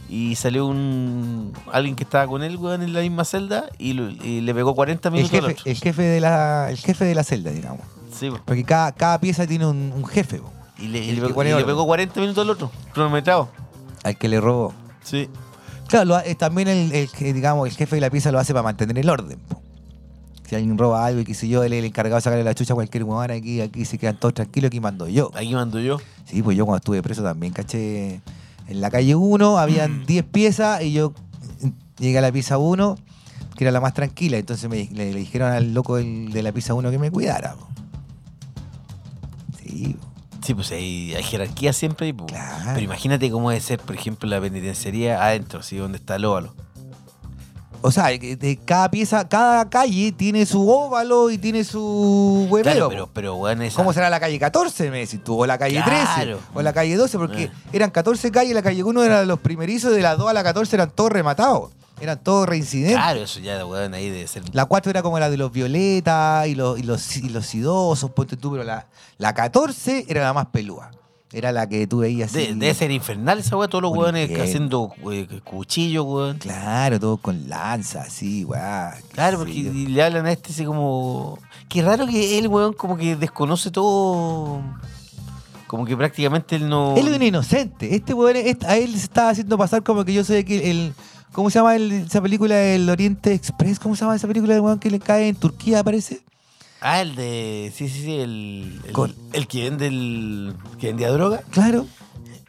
Speaker 2: y salió un alguien que estaba con él, weón, en la misma celda y, lo- y le pegó 40
Speaker 3: El
Speaker 2: minutos al
Speaker 3: jefe, eh,
Speaker 2: otro.
Speaker 3: el, jefe de la, el jefe de la celda, digamos.
Speaker 2: Sí, po.
Speaker 3: Porque cada, cada pieza tiene un, un jefe, po,
Speaker 2: y le, y
Speaker 3: el
Speaker 2: le
Speaker 3: que
Speaker 2: pegó,
Speaker 3: pone
Speaker 2: y le
Speaker 3: orden.
Speaker 2: pegó 40 minutos al otro, cronometrado.
Speaker 3: al que le robó.
Speaker 2: Sí.
Speaker 3: Claro, lo ha- eh, también el, el que, digamos, el jefe de la pieza lo hace para mantener el orden. po. Si alguien roba algo y qué sé yo, él es el encargado de sacarle la chucha a cualquier huevón aquí, aquí se quedan todos tranquilos, aquí mando yo.
Speaker 2: Aquí mando yo.
Speaker 3: Sí, pues yo cuando estuve preso también caché. En la calle 1
Speaker 2: Mm.
Speaker 3: habían 10 piezas y yo mm, llegué a la pieza 1, que era la más tranquila. Entonces me, le, le dijeron al loco del- de la pieza 1 que me cuidara. po. Sí, po.
Speaker 2: Sí, pues hay, hay jerarquía siempre. ahí, po.
Speaker 3: Claro.
Speaker 2: Pero imagínate cómo debe ser, por ejemplo, la penitenciaría adentro, así donde está el óvalo.
Speaker 3: O sea, que de cada pieza, cada calle tiene su óvalo y tiene su
Speaker 2: Claro,
Speaker 3: huevero.
Speaker 2: pero,
Speaker 3: po.
Speaker 2: pero weón, esa-
Speaker 3: ¿Cómo será la calle 14, me decís tú? O la calle
Speaker 2: Claro. Eh.
Speaker 3: 13, o la calle 12, porque eran 14 calles, la calle 1 eran los primerizos, de las 2 a la 14 eran todos rematados, eran todos reincidentes.
Speaker 2: Claro, eso ya, weón, ahí debe ser.
Speaker 3: La 4 era como la de los violetas y los, y los, y los idosos, ponte tú, pero la, la 14 era la más pelúa. Era la que tú veías así.
Speaker 2: De- debe ser infernal esa weón, todos los
Speaker 3: Un
Speaker 2: weones
Speaker 3: infierno.
Speaker 2: haciendo eh, cuchillo, weón.
Speaker 3: Claro, todo con lanza, así, weá. qué
Speaker 2: Claro,
Speaker 3: sé
Speaker 2: porque
Speaker 3: yo.
Speaker 2: y le hablan a este así como. Qué raro que él, weón, como que desconoce todo. Como que prácticamente él no.
Speaker 3: Él es un inocente. Este weón, es- a él se está haciendo pasar como que yo soy aquí el. ¿Cómo se llama el- esa película del Oriente Express? ¿Cómo se llama esa película del weón que le cae en Turquía, parece?
Speaker 2: Ah, el de. Sí, sí, sí, el. El,
Speaker 3: Con-
Speaker 2: el que vende el. que vendía droga.
Speaker 3: Claro.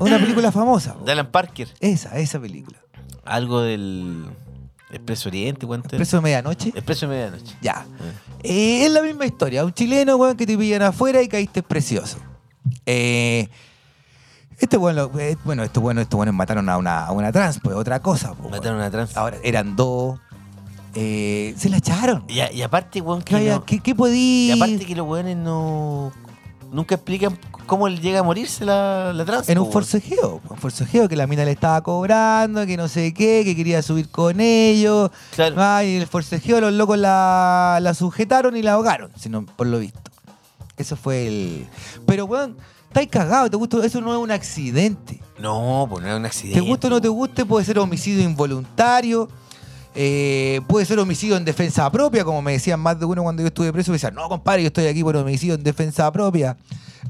Speaker 3: Una película famosa. po.
Speaker 2: De Alan Parker.
Speaker 3: Esa, esa película.
Speaker 2: Algo del. Expreso Oriente, ¿cuánto? era?
Speaker 3: Preso de medianoche.
Speaker 2: Expreso de Medianoche.
Speaker 3: Ya. Eh, es la misma historia. Un chileno, weón, que te pillan afuera y caíste precioso. Eh, este bueno, bueno, estos buenos estos buenos mataron a una, a una trans, pues otra cosa. pues,
Speaker 2: Mataron
Speaker 3: weón.
Speaker 2: a trans.
Speaker 3: Ahora eran dos. Eh, se la echaron.
Speaker 2: Y, a- y aparte, weón, que.
Speaker 3: ¿Qué, había-
Speaker 2: no-
Speaker 3: qué- qué podí?
Speaker 2: Y aparte que los weones no. Nunca explican cómo él llega a morirse la, la trans.
Speaker 3: En
Speaker 2: po,
Speaker 3: un
Speaker 2: weón.
Speaker 3: forcejeo, po, un forcejeo que la mina le estaba cobrando, que no sé qué, que quería subir con ellos.
Speaker 2: Claro.
Speaker 3: Ah, y el forcejeo los locos la, la sujetaron y la ahogaron, sino por lo visto. Eso fue el. Pero weón, estáis cagados, te gusta, eso no es un accidente.
Speaker 2: No, pues no es un accidente.
Speaker 3: Te guste o no te guste, puede ser homicidio involuntario. eh, puede ser homicidio en defensa propia, como me decían más de uno cuando yo estuve preso. Me decían, no, compadre, yo estoy aquí por homicidio en defensa propia.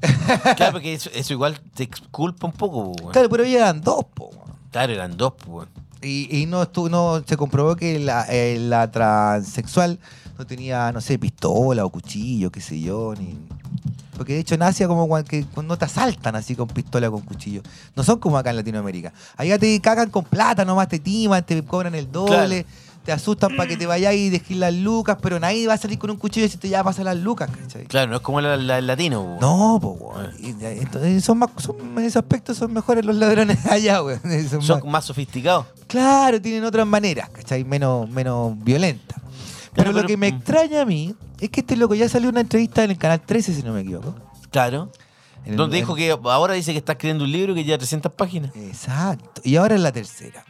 Speaker 2: Claro, porque eso, eso igual te exculpa un poco, po, weón.
Speaker 3: Claro, pero ya eran dos, po, weón.
Speaker 2: Claro, eran dos, po, weón.
Speaker 3: Y, y no, estu- no se comprobó que la, eh, la transexual no tenía, no sé, pistola o cuchillo, qué sé yo. Ni... Porque de hecho en Asia como cuan- que no te asaltan así con pistola o con cuchillo. No son como acá en Latinoamérica. Allá te cagan con plata, nomás te timan, te cobran el doble, te asustan para que te vayas y dejes las lucas, pero nadie va a salir con un cuchillo si te ya pasar las lucas, ¿cachai?
Speaker 2: Claro, no es como la- la- el latino, po, weón.
Speaker 3: No, pues, weón. Y- y- entonces son más, son- en ese aspecto son mejores los ladrones allá, weón. Son
Speaker 2: Son
Speaker 3: más-
Speaker 2: más sofisticados.
Speaker 3: Claro, tienen otras maneras, ¿cachai? Menos, menos violenta. Pero,
Speaker 2: Claro, pero- mm.
Speaker 3: lo que me extraña a mí es que este loco ya salió una entrevista en el canal 13, si no me equivoco.
Speaker 2: Claro.
Speaker 3: En el-
Speaker 2: Donde
Speaker 3: en-
Speaker 2: dijo que ahora dice que está escribiendo un libro que ya 300 páginas.
Speaker 3: Exacto. Y ahora es la tercera.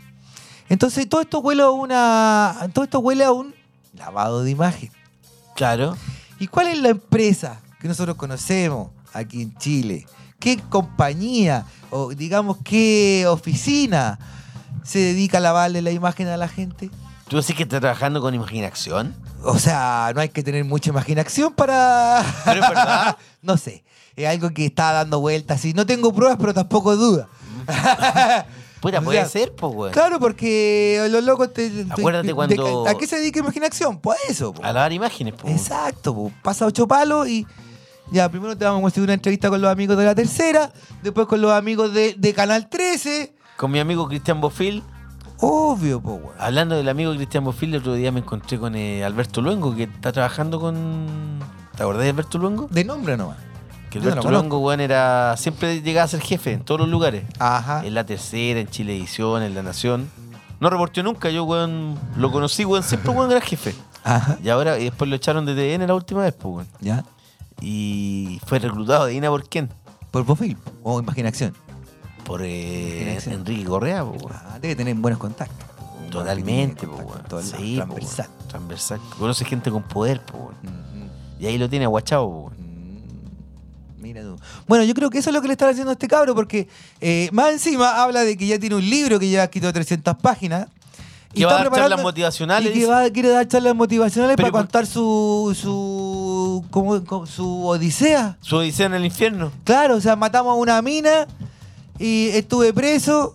Speaker 3: Entonces todo esto huele a una. Todo esto huele a un lavado de imagen.
Speaker 2: Claro.
Speaker 3: ¿Y cuál es la empresa que nosotros conocemos aquí en Chile? ¿Qué compañía o digamos qué oficina se dedica a lavarle la imagen a la gente?
Speaker 2: ¿Tú decís que está trabajando con imaginación?
Speaker 3: O sea, no hay que tener mucha imaginación para.
Speaker 2: Pero es verdad.
Speaker 3: no sé. Es algo que está dando vueltas. Y no tengo pruebas, pero tampoco duda.
Speaker 2: Puta,
Speaker 3: O sea,
Speaker 2: puede ser, pues, weón.
Speaker 3: Claro, porque los locos te. te-
Speaker 2: Acuérdate
Speaker 3: de-
Speaker 2: cuando-
Speaker 3: ¿A qué se dedica imaginación? Pues a eso. po.
Speaker 2: A lavar imágenes, pues. weón.
Speaker 3: Exacto, po. pasa ocho palos y. Ya, primero te vamos a hacer una entrevista con los amigos de la tercera, después con los amigos de, de Canal 13.
Speaker 2: Con mi amigo Cristian Bofil.
Speaker 3: Obvio, po, weón.
Speaker 2: Hablando del amigo Cristian Bofil, el otro día me encontré con eh, Alberto Luengo, que está trabajando con. ¿Te acordás de Alberto Luengo?
Speaker 3: De nombre nomás.
Speaker 2: Que
Speaker 3: Yo no
Speaker 2: Alberto
Speaker 3: lo conozco.
Speaker 2: Luengo, weón, era. Siempre llegaba a ser jefe en todos los lugares.
Speaker 3: Ajá.
Speaker 2: En la tercera, en Chile Edición, en La Nación. No reportó nunca, yo, weón, lo conocí, weón, siempre, weón, era jefe.
Speaker 3: Ajá.
Speaker 2: Y ahora, y después lo echaron de TN la última vez, pues, weón.
Speaker 3: Ya.
Speaker 2: Y fue reclutado de Ina por quién?
Speaker 3: Por Bofil o imaginación.
Speaker 2: Por eh,
Speaker 3: Ignacio.
Speaker 2: Enrique Correa, po, weón.
Speaker 3: Ah, debe tener buenos contactos.
Speaker 2: Totalmente, po,
Speaker 3: Buenos
Speaker 2: weón.
Speaker 3: contactos en todos
Speaker 2: Sí,
Speaker 3: lados,
Speaker 2: po,
Speaker 3: transversal.
Speaker 2: weón. Transversal. Conoce gente con poder, po, weón.
Speaker 3: Mm,
Speaker 2: Y ahí lo tiene aguachado, po, weón.
Speaker 3: mm, Mira tú. Bueno, yo creo que eso es lo que le están haciendo a este cabro, porque eh, más encima habla de que ya tiene un libro que ya escrito 300 páginas.
Speaker 2: Que va a
Speaker 3: está
Speaker 2: dar
Speaker 3: preparando-
Speaker 2: charlas motivacionales,
Speaker 3: Y que
Speaker 2: dice.
Speaker 3: va, quiere dar charlas motivacionales
Speaker 2: Pero
Speaker 3: para
Speaker 2: por-
Speaker 3: contar su, su, como- como- su odisea.
Speaker 2: Su odisea en el infierno.
Speaker 3: Claro, o sea, matamos a una mina y estuve preso,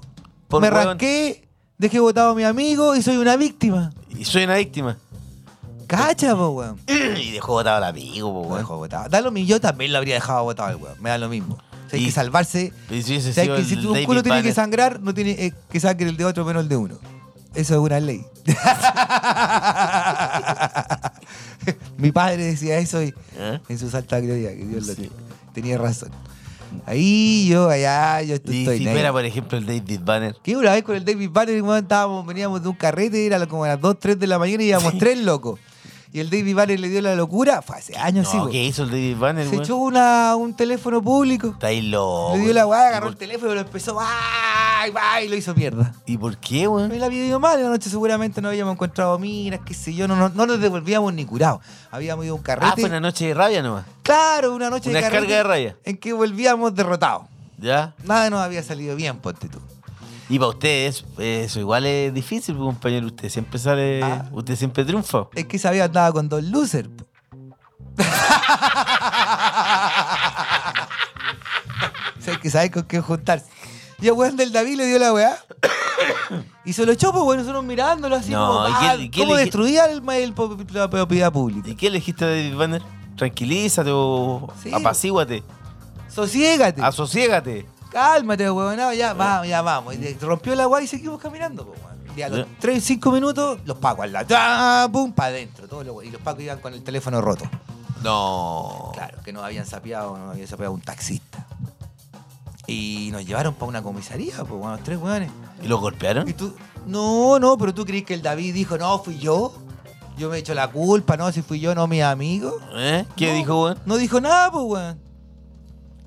Speaker 2: Por
Speaker 3: me
Speaker 2: hueón.
Speaker 3: rasqué, dejé botado a mi amigo y soy una víctima.
Speaker 2: Y soy una víctima.
Speaker 3: Cacha, po, weón.
Speaker 2: y dejó botado al amigo, po,
Speaker 3: Lo
Speaker 2: weón.
Speaker 3: dejó botado. Da lo mismo, yo también lo habría dejado botado el weón. Me da lo mismo. Si hay
Speaker 2: Y-
Speaker 3: que salvarse.
Speaker 2: Y si hubiese
Speaker 3: si hay
Speaker 2: sido
Speaker 3: que-
Speaker 2: el
Speaker 3: si tu un
Speaker 2: David
Speaker 3: culo tiene que
Speaker 2: Banner.
Speaker 3: sangrar, no tiene eh, que sangre el de otro menos el de uno. Eso es una ley. Mi padre decía eso y,
Speaker 2: ¿Eh?
Speaker 3: en su santa gloria, que Dios lo tenga. Tenía razón. Ahí yo, allá, yo
Speaker 2: Y
Speaker 3: estoy
Speaker 2: si
Speaker 3: negro.
Speaker 2: fuera, por ejemplo, el David Banner.
Speaker 3: Que una vez con el David Banner, weón, estábamos, veníamos de un carrete, era como a las 2, 3 de la mañana y íbamos tres locos. Y el David Banner le dio la locura, fue hace años, sí,
Speaker 2: No,
Speaker 3: weón.
Speaker 2: ¿qué hizo el David Banner,
Speaker 3: Se
Speaker 2: weón?
Speaker 3: echó una, un teléfono público.
Speaker 2: Está ahí loco.
Speaker 3: le dio la guada,
Speaker 2: ¿Y
Speaker 3: agarró el
Speaker 2: por-
Speaker 3: teléfono, lo empezó, ¡ay, ay! Y lo hizo mierda.
Speaker 2: ¿Y por qué,
Speaker 3: Me
Speaker 2: weón?
Speaker 3: la había ido mal, la noche seguramente no habíamos encontrado minas, qué sé yo, no, no, no nos devolvíamos ni curados. Habíamos ido a un
Speaker 2: Ah,
Speaker 3: carrete.
Speaker 2: fue una noche de rabia nomás.
Speaker 3: Claro, una noche
Speaker 2: Una
Speaker 3: de carrete.
Speaker 2: carga de raya.
Speaker 3: En que volvíamos derrotados.
Speaker 2: ¿Ya?
Speaker 3: Nada nos había salido bien, ponte tú.
Speaker 2: Y para ustedes, eh, eso igual es difícil, pues, compañero. Usted siempre sale.
Speaker 3: Ah.
Speaker 2: Usted siempre triunfa.
Speaker 3: Es que se había andado con dos losers. po. O sea, hay que saber con qué juntarse. Y el weón del David le dio la weá. Y se lo echó, pues bueno, nosotros mirándolo así
Speaker 2: No,
Speaker 3: como,
Speaker 2: ¿y
Speaker 3: ah,
Speaker 2: qué- y qué
Speaker 3: cómo
Speaker 2: le-
Speaker 3: destruía el, ma- el po- la propiedad pública.
Speaker 2: ¿Y qué elegiste a David Banner? Tranquilízate o
Speaker 3: Sí.
Speaker 2: apacíguate,
Speaker 3: Sosiégate,
Speaker 2: asociégate.
Speaker 3: cálmate, weón, ya, vamos, ya vamos. Y le rompió la weá y seguimos caminando, pues weón. Y a los
Speaker 2: Ya.
Speaker 3: 3, 5 minutos, los pacos al lado, ¡ah! pum, para adentro. todos los weones. y los pacos iban con el teléfono roto.
Speaker 2: No.
Speaker 3: Claro, que nos habían sapeado, nos habían sapeado un taxista. Y nos llevaron para una comisaría, pues, bueno, los tres weones.
Speaker 2: ¿Y lo
Speaker 3: Y
Speaker 2: golpearon?
Speaker 3: tú, no, no, pero tú crees que el David dijo, no, fui yo. Yo me he hecho la culpa, no, si fui yo, no, mi amigo.
Speaker 2: ¿Eh? ¿Qué
Speaker 3: No,
Speaker 2: dijo, weón?
Speaker 3: No dijo nada, pues, weón.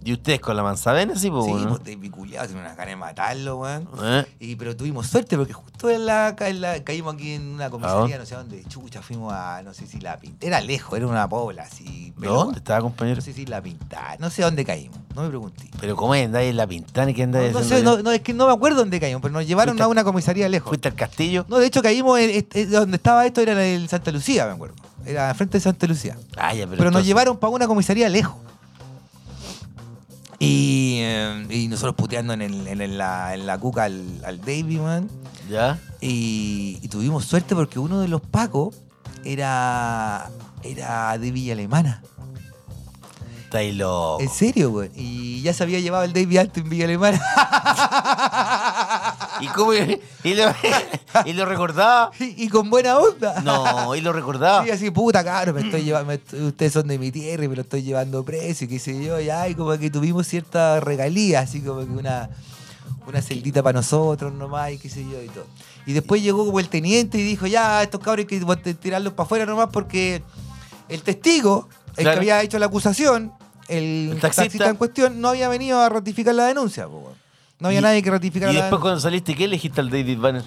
Speaker 2: ¿Y ustedes con la manzavena? Sí, pues,
Speaker 3: Sí,
Speaker 2: weón.
Speaker 3: pues, David culiado, tiene una ganas de matarlo, weón.
Speaker 2: ¿Eh?
Speaker 3: Y, pero tuvimos suerte porque justo en la, ca- en la- caímos aquí en una
Speaker 2: dónde?
Speaker 3: comisaría, no sé dónde, chucha, fuimos a, no sé si la pinta. Era lejos, era una pobla, así.
Speaker 2: ¿De
Speaker 3: peluda.
Speaker 2: ¿Dónde estaba, compañero?
Speaker 3: No sé si la pinta, no sé dónde caímos, no me pregunté.
Speaker 2: Pero ¿cómo es? ¿Andáis en la pintana? ¿Qué andáis
Speaker 3: No, no sé,
Speaker 2: haciendo?
Speaker 3: no,
Speaker 2: allá?
Speaker 3: no, es que no me acuerdo dónde caímos, pero nos llevaron
Speaker 2: Fuiste-
Speaker 3: a una comisaría lejos.
Speaker 2: ¿Fuiste al castillo?
Speaker 3: No, de hecho caímos en- est- eh, donde estaba esto, era en Santa Lucía, me acuerdo. Era frente de Santa Lucía.
Speaker 2: Ah, ya, pero,
Speaker 3: Pero, nos
Speaker 2: entonces-
Speaker 3: llevaron para una comisaría lejos. Y, eh, y nosotros puteando en, el- en el- en la, en la cuca al, al Davy, man.
Speaker 2: ¿Ya?
Speaker 3: Y, y tuvimos suerte porque uno de los pacos era, era de Villa Alemana.
Speaker 2: Estáis loco.
Speaker 3: ¿En serio, güey? Y ya se había llevado el Davy alto en Villa Alemana.
Speaker 2: ¿Y cómo? ¿Y lo, y lo recordaba?
Speaker 3: y, y con buena onda.
Speaker 2: No, ¿y lo recordaba?
Speaker 3: Sí, así, puta, cabrón, me estoy llevando, me estoy- ustedes son de mi tierra y me lo estoy llevando preso y qué sé yo, ya, y como que tuvimos cierta regalía, así como que una, una celdita para nosotros nomás y qué sé yo y todo. Y después llegó como el teniente y dijo, ya, estos cabros hay que bot- tirarlos para afuera nomás porque el testigo, el
Speaker 2: Claro.
Speaker 3: que había hecho la acusación, el,
Speaker 2: El taxista.
Speaker 3: taxista. en cuestión, no había venido a ratificar la denuncia, po, weón. No había
Speaker 2: Y-
Speaker 3: nadie que
Speaker 2: Y
Speaker 3: ratificara la
Speaker 2: después
Speaker 3: denuncia.
Speaker 2: cuando saliste, ¿qué elegiste al David Banner?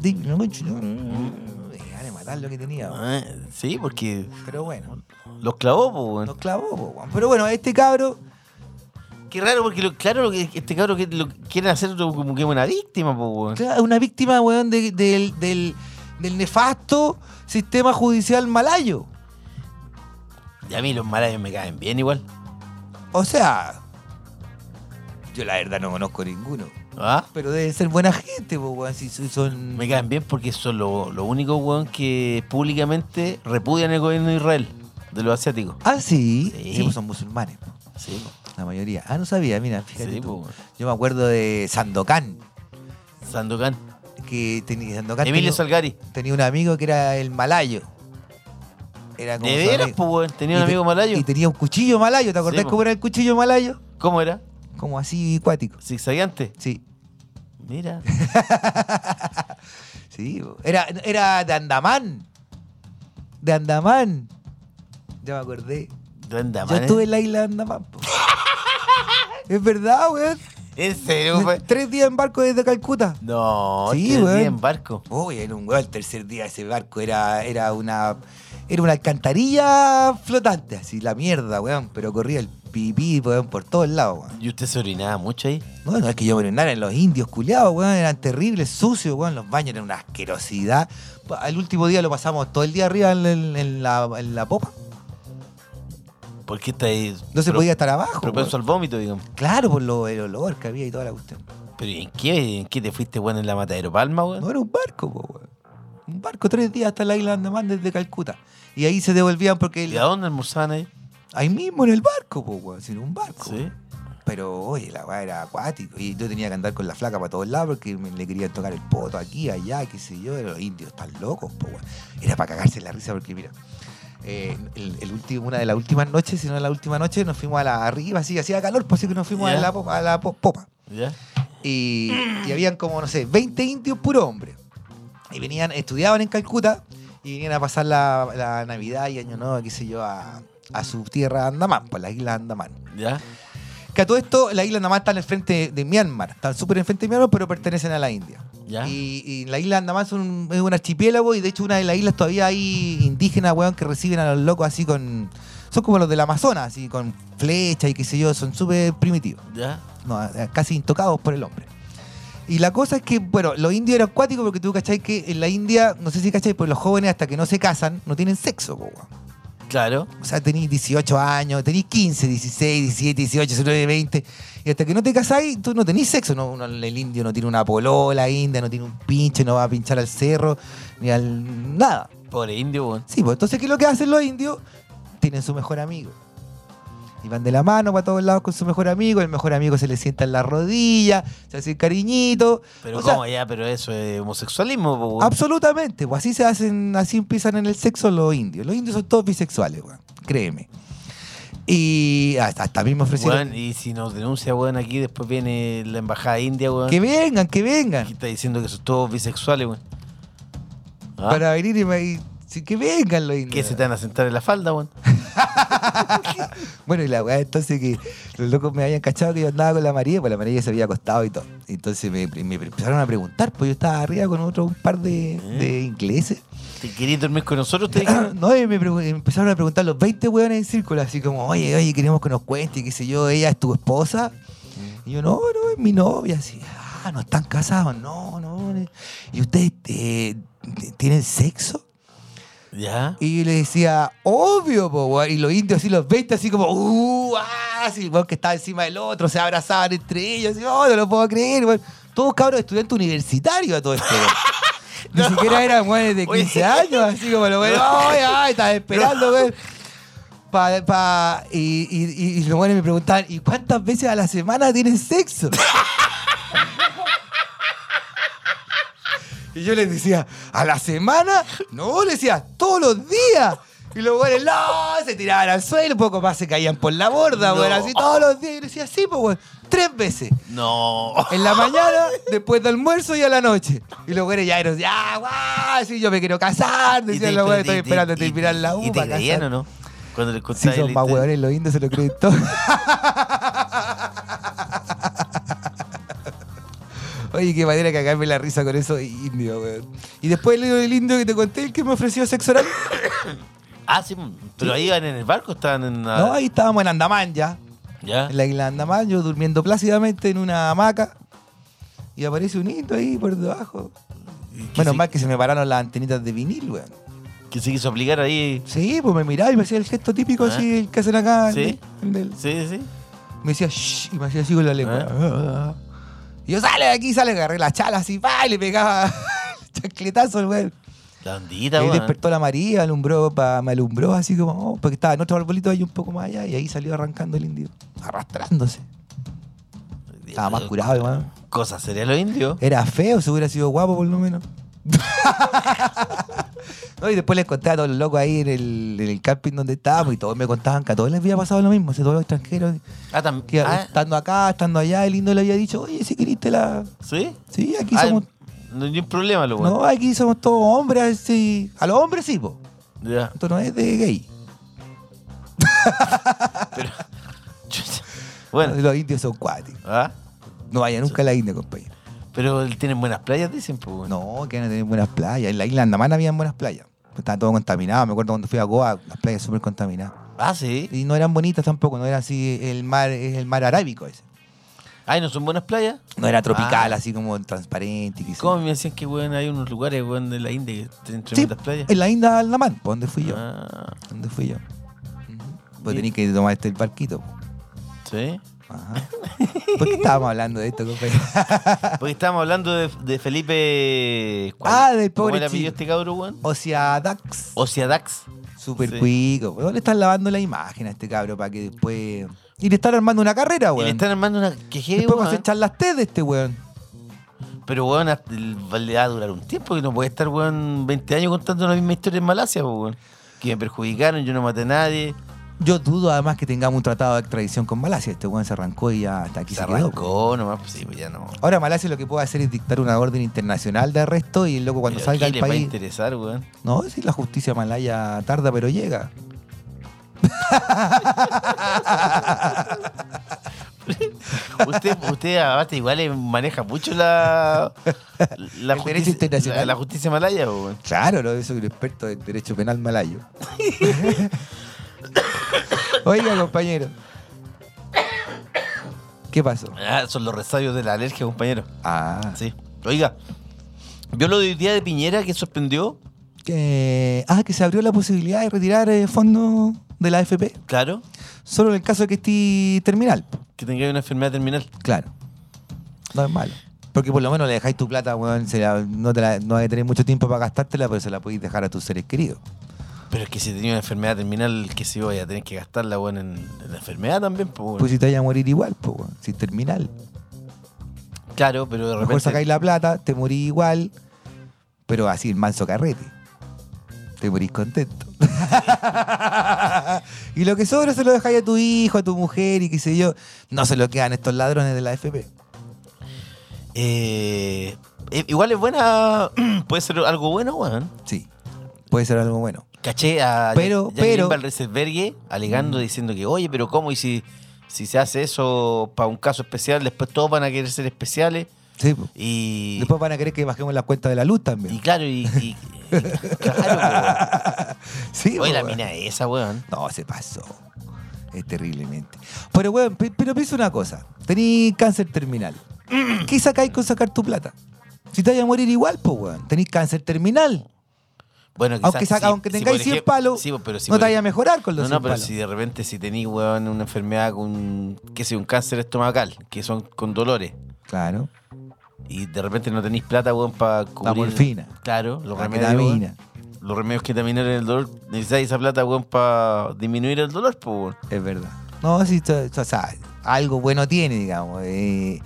Speaker 3: Di- no, no, no, Dejar de matar lo que tenía, weón.
Speaker 2: Ah, Sí, porque
Speaker 3: pero bueno.
Speaker 2: los clavó, pues, weón.
Speaker 3: Nos clavó, po, weón. Pero bueno, este cabro.
Speaker 2: Qué raro, porque lo- claro lo que este cabrón que lo quieren hacer lo- como que una víctima, pues, weón.
Speaker 3: claro, Una víctima, weón, de- del, del- del nefasto sistema judicial malayo.
Speaker 2: Y a mí los malayos me caen bien igual.
Speaker 3: O sea. Yo la verdad no conozco ninguno.
Speaker 2: ¿Ah?
Speaker 3: Pero deben ser buena gente, po, weón. Si son- son.
Speaker 2: Me caen bien porque son los lo únicos, weón, que públicamente repudian el gobierno de Israel, de los asiáticos.
Speaker 3: Ah, sí.
Speaker 2: Sí.
Speaker 3: Sí, pues son musulmanes, po,
Speaker 2: Sí, po.
Speaker 3: la mayoría. Ah, no sabía, mira, fíjate.
Speaker 2: sí,
Speaker 3: tú.
Speaker 2: po, weón.
Speaker 3: Yo me acuerdo de Sandokan.
Speaker 2: Sandokan.
Speaker 3: Que tenía Sandokan
Speaker 2: Emilio
Speaker 3: tenía-
Speaker 2: Salgari.
Speaker 3: tenía un amigo que era el malayo. Era como
Speaker 2: De
Speaker 3: su
Speaker 2: veras,
Speaker 3: amigo.
Speaker 2: pues, weón. Tenía
Speaker 3: Y
Speaker 2: un
Speaker 3: te-
Speaker 2: amigo malayo.
Speaker 3: Y tenía un cuchillo malayo, ¿te acordás
Speaker 2: po.
Speaker 3: cómo era el cuchillo malayo?
Speaker 2: ¿Cómo era?
Speaker 3: Como así cuático.
Speaker 2: Zigzagueante.
Speaker 3: Sí.
Speaker 2: Mira.
Speaker 3: Sí. po. Era, era de Andamán. De Andamán. Ya me acordé.
Speaker 2: ¿Dónde
Speaker 3: Yo
Speaker 2: man, eh?
Speaker 3: estuve en la isla de Andamán. po. es verdad, weón.
Speaker 2: ¿En serio, weón?
Speaker 3: Tres días en barco desde Calcuta.
Speaker 2: No,
Speaker 3: Sí,
Speaker 2: sí,
Speaker 3: weón.
Speaker 2: en barco.
Speaker 3: Uy, era un weón, el tercer día de ese barco era, era una Era una alcantarilla flotante, así la mierda, weón. Pero corría el pipí, weón, por todos lados, weón.
Speaker 2: ¿Y usted se orinaba mucho ahí?
Speaker 3: Bueno, es que yo me orinara en los indios, culiados, weón. Eran terribles, sucios, weón. Los baños eran una asquerosidad. El último día lo pasamos todo el día arriba en, en- en la, en la popa.
Speaker 2: ¿Por qué está ahí?
Speaker 3: No se
Speaker 2: pro-
Speaker 3: podía estar abajo.
Speaker 2: Propenso
Speaker 3: weón.
Speaker 2: al vómito, digamos.
Speaker 3: Claro, por lo, el olor que había y toda la cuestión.
Speaker 2: ¿Pero ¿y en qué, en qué te fuiste, weón, en la Matadero Palma, weón?
Speaker 3: No era un barco, po, weón. Un barco, tres días hasta la isla Andamán desde Calcuta. Y ahí se devolvían porque
Speaker 2: ¿Y a dónde almorzaban ahí?
Speaker 3: ahí mismo en el barco, po, weón. Si era un barco.
Speaker 2: Sí.
Speaker 3: Pero, oye, la weá era acuático. Y yo tenía que andar con la flaca para todos lados porque me- le querían tocar el poto aquí, allá, qué sé yo. Los indios están locos, po, weón. Era para cagarse la risa porque, mira. eh, el, el último, una de las últimas noches, si no la última noche, nos fuimos a la arriba, así, hacía calor, pues así que nos fuimos
Speaker 2: Ya.
Speaker 3: a la, po- a la po- popa.
Speaker 2: ¿Ya?
Speaker 3: y, y habían como, no sé, 20 indios puro hombre. Y venían, estudiaban en Calcuta y venían a pasar la, la Navidad y Año Nuevo, qué sé yo, a, a su tierra Andamán, pues, por las islas Andamán.
Speaker 2: ¿Ya?
Speaker 3: Que a todo esto, las islas Andamán están al frente de Myanmar, están súper enfrente de Myanmar, pero pertenecen a la India.
Speaker 2: Ya.
Speaker 3: Y, y las islas Andamán son un, es un archipiélago y de hecho una de las islas todavía hay indígenas, weón, que reciben a los locos así con... Son como los del Amazonas, así con flechas y qué sé yo, son súper primitivos
Speaker 2: ¿Ya?
Speaker 3: no, eh, casi intocados por el hombre. Y la cosa es que, bueno, los indios eran acuáticos porque tú cachai que en la India, no sé si cachai, pero los jóvenes hasta que no se casan no tienen sexo, po, weón.
Speaker 2: Claro.
Speaker 3: O sea, tenéis 18 años, tenéis 15, 16, 17, 18, 19, 20. Y hasta que no te casáis, tú no tenés sexo. No, uno- el indio no tiene una polola, india no tiene un pinche, no va a pinchar al cerro, ni al. nada.
Speaker 2: Pobre indio, weón.
Speaker 3: Sí, pues entonces, ¿qué es lo que hacen los indios? Tienen su mejor amigo. Y van de la mano para todos lados con su mejor amigo. El mejor amigo se le sienta en la rodilla, se hace el cariñito.
Speaker 2: Pero
Speaker 3: O sea,
Speaker 2: cómo ya, pero eso es homosexualismo, po, weón.
Speaker 3: Absolutamente, pues así se hacen, así empiezan en el sexo los indios. Los indios son todos bisexuales, weón. Créeme. Y hasta, hasta mismo ofrecieron.
Speaker 2: Weón, y si nos denuncia, weón, aquí después viene la embajada india, weón.
Speaker 3: que vengan, que
Speaker 2: Aquí
Speaker 3: vengan.
Speaker 2: está diciendo que son todos bisexuales, weón. Ah,
Speaker 3: Para venir y, me- y- sí, que vengan los indios.
Speaker 2: ¿Qué se te van a sentar en la falda, weón?
Speaker 3: Bueno, y la weá, entonces que los locos me habían cachado que yo andaba con la María, pues la María ya se había acostado y todo. Entonces me, me empezaron a preguntar, pues yo estaba arriba con otro un par
Speaker 2: ¿Eh?
Speaker 3: de, de ingleses.
Speaker 2: ¿Te querés dormir con nosotros? Te dijeron.
Speaker 3: No, y me, pregun- empezaron a preguntar los 20 weones en círculo, así como, oye, oye, queremos que nos cuente, qué sé yo, ella es tu esposa. Y yo, no, no, es mi novia, así, ah, no están casados, no, no. no". ¿Y ustedes eh, t- tienen sexo?
Speaker 2: ¿Ya?
Speaker 3: Y yo le decía, obvio, po, weón. Y los indios así, los 20, así como, uh, ah, así, el weón, que estaba encima del otro, se abrazaban entre ellos, así, oh, no lo puedo creer, weón. Todos cabros estudiantes universitarios a todo esto, weón. Ni siquiera eran weones de 15 años, así como los weones, ay, ay, estás esperando, weón. Pa- pa- y, y- y- y los weones me preguntaban, ¿y cuántas veces a la semana tienen sexo? Y yo les decía, ¿a la semana? No, les decía, todos los días. Y los güeyes, no, se tiraban al suelo, poco más se caían por la borda,
Speaker 2: No.
Speaker 3: güey, así todos los días. Y yo les decía, sí, pues, güey, tres veces.
Speaker 2: No.
Speaker 3: En la mañana, después del almuerzo y a la noche. Y los güeyes ya eran así, ah, guau, sí, yo me quiero casar.
Speaker 2: Y
Speaker 3: Decían
Speaker 2: te-
Speaker 3: los güeyes,
Speaker 2: te- te-
Speaker 3: estoy esperando
Speaker 2: y-
Speaker 3: terminar la U
Speaker 2: ¿Y te
Speaker 3: para
Speaker 2: creían o
Speaker 3: casar.
Speaker 2: no? Cuando les
Speaker 3: Sí,
Speaker 2: contáis
Speaker 3: son
Speaker 2: la
Speaker 3: más
Speaker 2: historia.
Speaker 3: hueones, los indios se lo creen todo. Oye, qué manera cagarme la risa con eso indio, weón. Y después el, el indio que te conté, el que me ofreció sexo oral.
Speaker 2: Ah, sí, pero ahí iban en el barco, estaban en la...
Speaker 3: No, ahí estábamos en Andamán ya.
Speaker 2: ¿Ya?
Speaker 3: En la isla de Andamán, yo durmiendo plácidamente en una hamaca. Y aparece un indio ahí por debajo.
Speaker 2: ¿Y qué
Speaker 3: Menos
Speaker 2: se-
Speaker 3: mal que se me pararon las antenitas de vinil, weón.
Speaker 2: Que se quiso obligar ahí.
Speaker 3: Sí, pues me miraba y me hacía el gesto típico
Speaker 2: Ah.
Speaker 3: así, el que hacen acá.
Speaker 2: Sí.
Speaker 3: el del-
Speaker 2: Sí, sí.
Speaker 3: Me decía, shh, y me hacía así con la lengua. Y yo, sale de aquí, sale, agarré la chala así, pa, y le pegaba chacletazo al weón.
Speaker 2: La
Speaker 3: Y
Speaker 2: ondita,
Speaker 3: ahí
Speaker 2: weón.
Speaker 3: despertó la María, alumbró, pa, me alumbró así como, oh, porque estaba en otro arbolito ahí un poco más allá, y ahí salió arrancando el indio, arrastrándose. Estaba más curado, Eh, hermano.
Speaker 2: Cosa sería los indios.
Speaker 3: Era feo, se hubiera sido guapo por lo menos. no, y después les conté a todos los locos ahí en el, en el camping donde estábamos, y todos me contaban que a todos les había pasado lo mismo, o sea, todos los extranjeros,
Speaker 2: Ah, también.
Speaker 3: que estando acá, estando allá, el indio le había dicho, oye, si queriste la...
Speaker 2: ¿Sí?
Speaker 3: Sí, aquí
Speaker 2: Ah,
Speaker 3: somos...
Speaker 2: No hay ningún problema, lo weón.
Speaker 3: No, aquí somos todos hombres, sí. A los hombres sí, po.
Speaker 2: Ya.
Speaker 3: Esto no es de gay.
Speaker 2: Chucha. Bueno.
Speaker 3: Los indios son cuáticos.
Speaker 2: ¿Ah?
Speaker 3: No vaya nunca a la India, compañero.
Speaker 2: Pero tienen buenas playas, dicen, pues, weón.
Speaker 3: No, que van a tener buenas playas. En la isla Andamán habían buenas playas. estaba todo contaminado. Me acuerdo cuando fui a Goa, las playas súper contaminadas.
Speaker 2: Ah, sí.
Speaker 3: Y no eran bonitas tampoco, no era así el mar, es el mar arábico ese.
Speaker 2: Ay, ¿no son buenas playas?
Speaker 3: No era tropical,
Speaker 2: Ah.
Speaker 3: así como transparente. Que
Speaker 2: ¿Cómo me decían que weón, hay unos lugares weón, de la India que tienen
Speaker 3: Sí,
Speaker 2: tremendas playas?
Speaker 3: en la India al Namán, ¿por dónde fui yo?
Speaker 2: Ah,
Speaker 3: ¿Dónde fui yo? Vos tenés que tomar este el barquito. po.
Speaker 2: sí.
Speaker 3: Ajá. ¿Por qué estábamos hablando de esto, compañero?
Speaker 2: Porque estábamos hablando de, de Felipe.
Speaker 3: Ah, del pobre
Speaker 2: ¿Cómo era apellido
Speaker 3: chico. Ah,
Speaker 2: este cabro, weón?
Speaker 3: O sea, Dax.
Speaker 2: O sea, Dax.
Speaker 3: Super
Speaker 2: Oh, Sí.
Speaker 3: cuico. po. Le están lavando la imagen a este cabro para que después. Y le están armando una carrera,
Speaker 2: Y le
Speaker 3: weón.
Speaker 2: están eh. armando una queje,
Speaker 3: Después vamos a
Speaker 2: weón.
Speaker 3: hacer charlas TED de este weón.
Speaker 2: Pero weón, hasta el- le va a durar un tiempo que no puede estar, weón, 20 años contando la misma historia en Malasia, po, weón. Que me perjudicaron, yo no maté a nadie.
Speaker 3: Yo dudo además que tengamos un tratado de extradición con Malasia. Este weón se arrancó y ya hasta aquí se,
Speaker 2: se
Speaker 3: quedó, po.
Speaker 2: arrancó nomás, pues sí, pues ya no.
Speaker 3: Ahora Malasia lo que puede hacer es dictar una orden internacional de arresto y el loco cuando
Speaker 2: Pero
Speaker 3: salga
Speaker 2: ¿a quién le
Speaker 3: del
Speaker 2: va a
Speaker 3: país.
Speaker 2: interesar, weón?
Speaker 3: No, si la justicia malaya tarda pero llega.
Speaker 2: Usted, usted aparte, igual maneja mucho la, la,
Speaker 3: El derecho
Speaker 2: justicia,
Speaker 3: internacional.
Speaker 2: la, la justicia malaya, po, weón.
Speaker 3: Claro, no, yo soy un experto en derecho penal malayo. Oiga, compañero. ¿Qué pasó?
Speaker 2: Ah, son los resabios de la alergia, compañero.
Speaker 3: Ah,
Speaker 2: Sí. Oiga, ¿vio lo del día de Piñera que sorprendió?
Speaker 3: que, ah, que se abrió la posibilidad de retirar eh, fondos de la AFP.
Speaker 2: Claro,
Speaker 3: Solo en el caso de que esté terminal.
Speaker 2: que tenga una enfermedad terminal.
Speaker 3: Claro. No es malo. Porque por lo menos le dejáis tu plata, weón. se la- no, te la, no hay que tener mucho tiempo para gastártela, pero se la podéis dejar a tus seres queridos.
Speaker 2: Pero es que si tenía una enfermedad terminal, que si voy a tener que gastarla, weón, en, en la enfermedad también, po, weón.
Speaker 3: Pues si te vayas a morir igual, pues, weón. Si es terminal.
Speaker 2: Claro, pero de
Speaker 3: Mejor
Speaker 2: repente.
Speaker 3: sacáis la plata, te morís igual, pero así el manso carrete. Te morís contento. y lo que sobra se lo dejáis a tu hijo, a tu mujer y qué sé yo. No se lo quedan estos ladrones de la FP.
Speaker 2: Eh, eh, igual es buena. Puede ser algo bueno, weón.
Speaker 3: Sí. Puede ser algo bueno.
Speaker 2: Caché a
Speaker 3: Pero-
Speaker 2: Jacqueline
Speaker 3: pero- Mm.
Speaker 2: Valreserbergue alegando, diciendo que, oye, pero ¿cómo? Y si, si se hace eso para un caso especial, después todos van a querer ser especiales.
Speaker 3: Sí, po.
Speaker 2: Y.
Speaker 3: Después van a querer que bajemos las cuentas de la luz
Speaker 2: Y
Speaker 3: también.
Speaker 2: claro, y. y- y- claro,
Speaker 3: Sí,
Speaker 2: weón.
Speaker 3: po,
Speaker 2: Oye, la
Speaker 3: weón.
Speaker 2: mina esa, weón.
Speaker 3: No, se pasó. Es terriblemente. Pero, weón, pe- pero piensa una cosa. Tenís cáncer terminal.
Speaker 2: Mm.
Speaker 3: ¿Qué sacáis con sacar tu plata? Si te vas a morir igual, pues, weón. Tenís cáncer terminal.
Speaker 2: Bueno, quizás
Speaker 3: Aunque, saca,
Speaker 2: sí,
Speaker 3: aunque
Speaker 2: sí,
Speaker 3: tengáis
Speaker 2: por
Speaker 3: 100
Speaker 2: ejem-
Speaker 3: palos,
Speaker 2: sí, pero sí,
Speaker 3: no te
Speaker 2: por
Speaker 3: vayas a
Speaker 2: ej-
Speaker 3: mejorar con los
Speaker 2: No, no,
Speaker 3: 100
Speaker 2: pero
Speaker 3: palos.
Speaker 2: si de repente si tenís, weón, una enfermedad con, qué sé, un cáncer estomacal, que son con dolores,
Speaker 3: Claro.
Speaker 2: y de repente no tenéis plata, weón, para cubrir...
Speaker 3: morfina.
Speaker 2: Claro, los
Speaker 3: La
Speaker 2: remedios,
Speaker 3: ketamina.
Speaker 2: weón, los remedios que terminaron el dolor, necesitáis esa plata, weón, para disminuir el dolor, pues, weón.
Speaker 3: Es verdad. No, sí, esto- esto, o sea, algo bueno tiene, digamos. eh.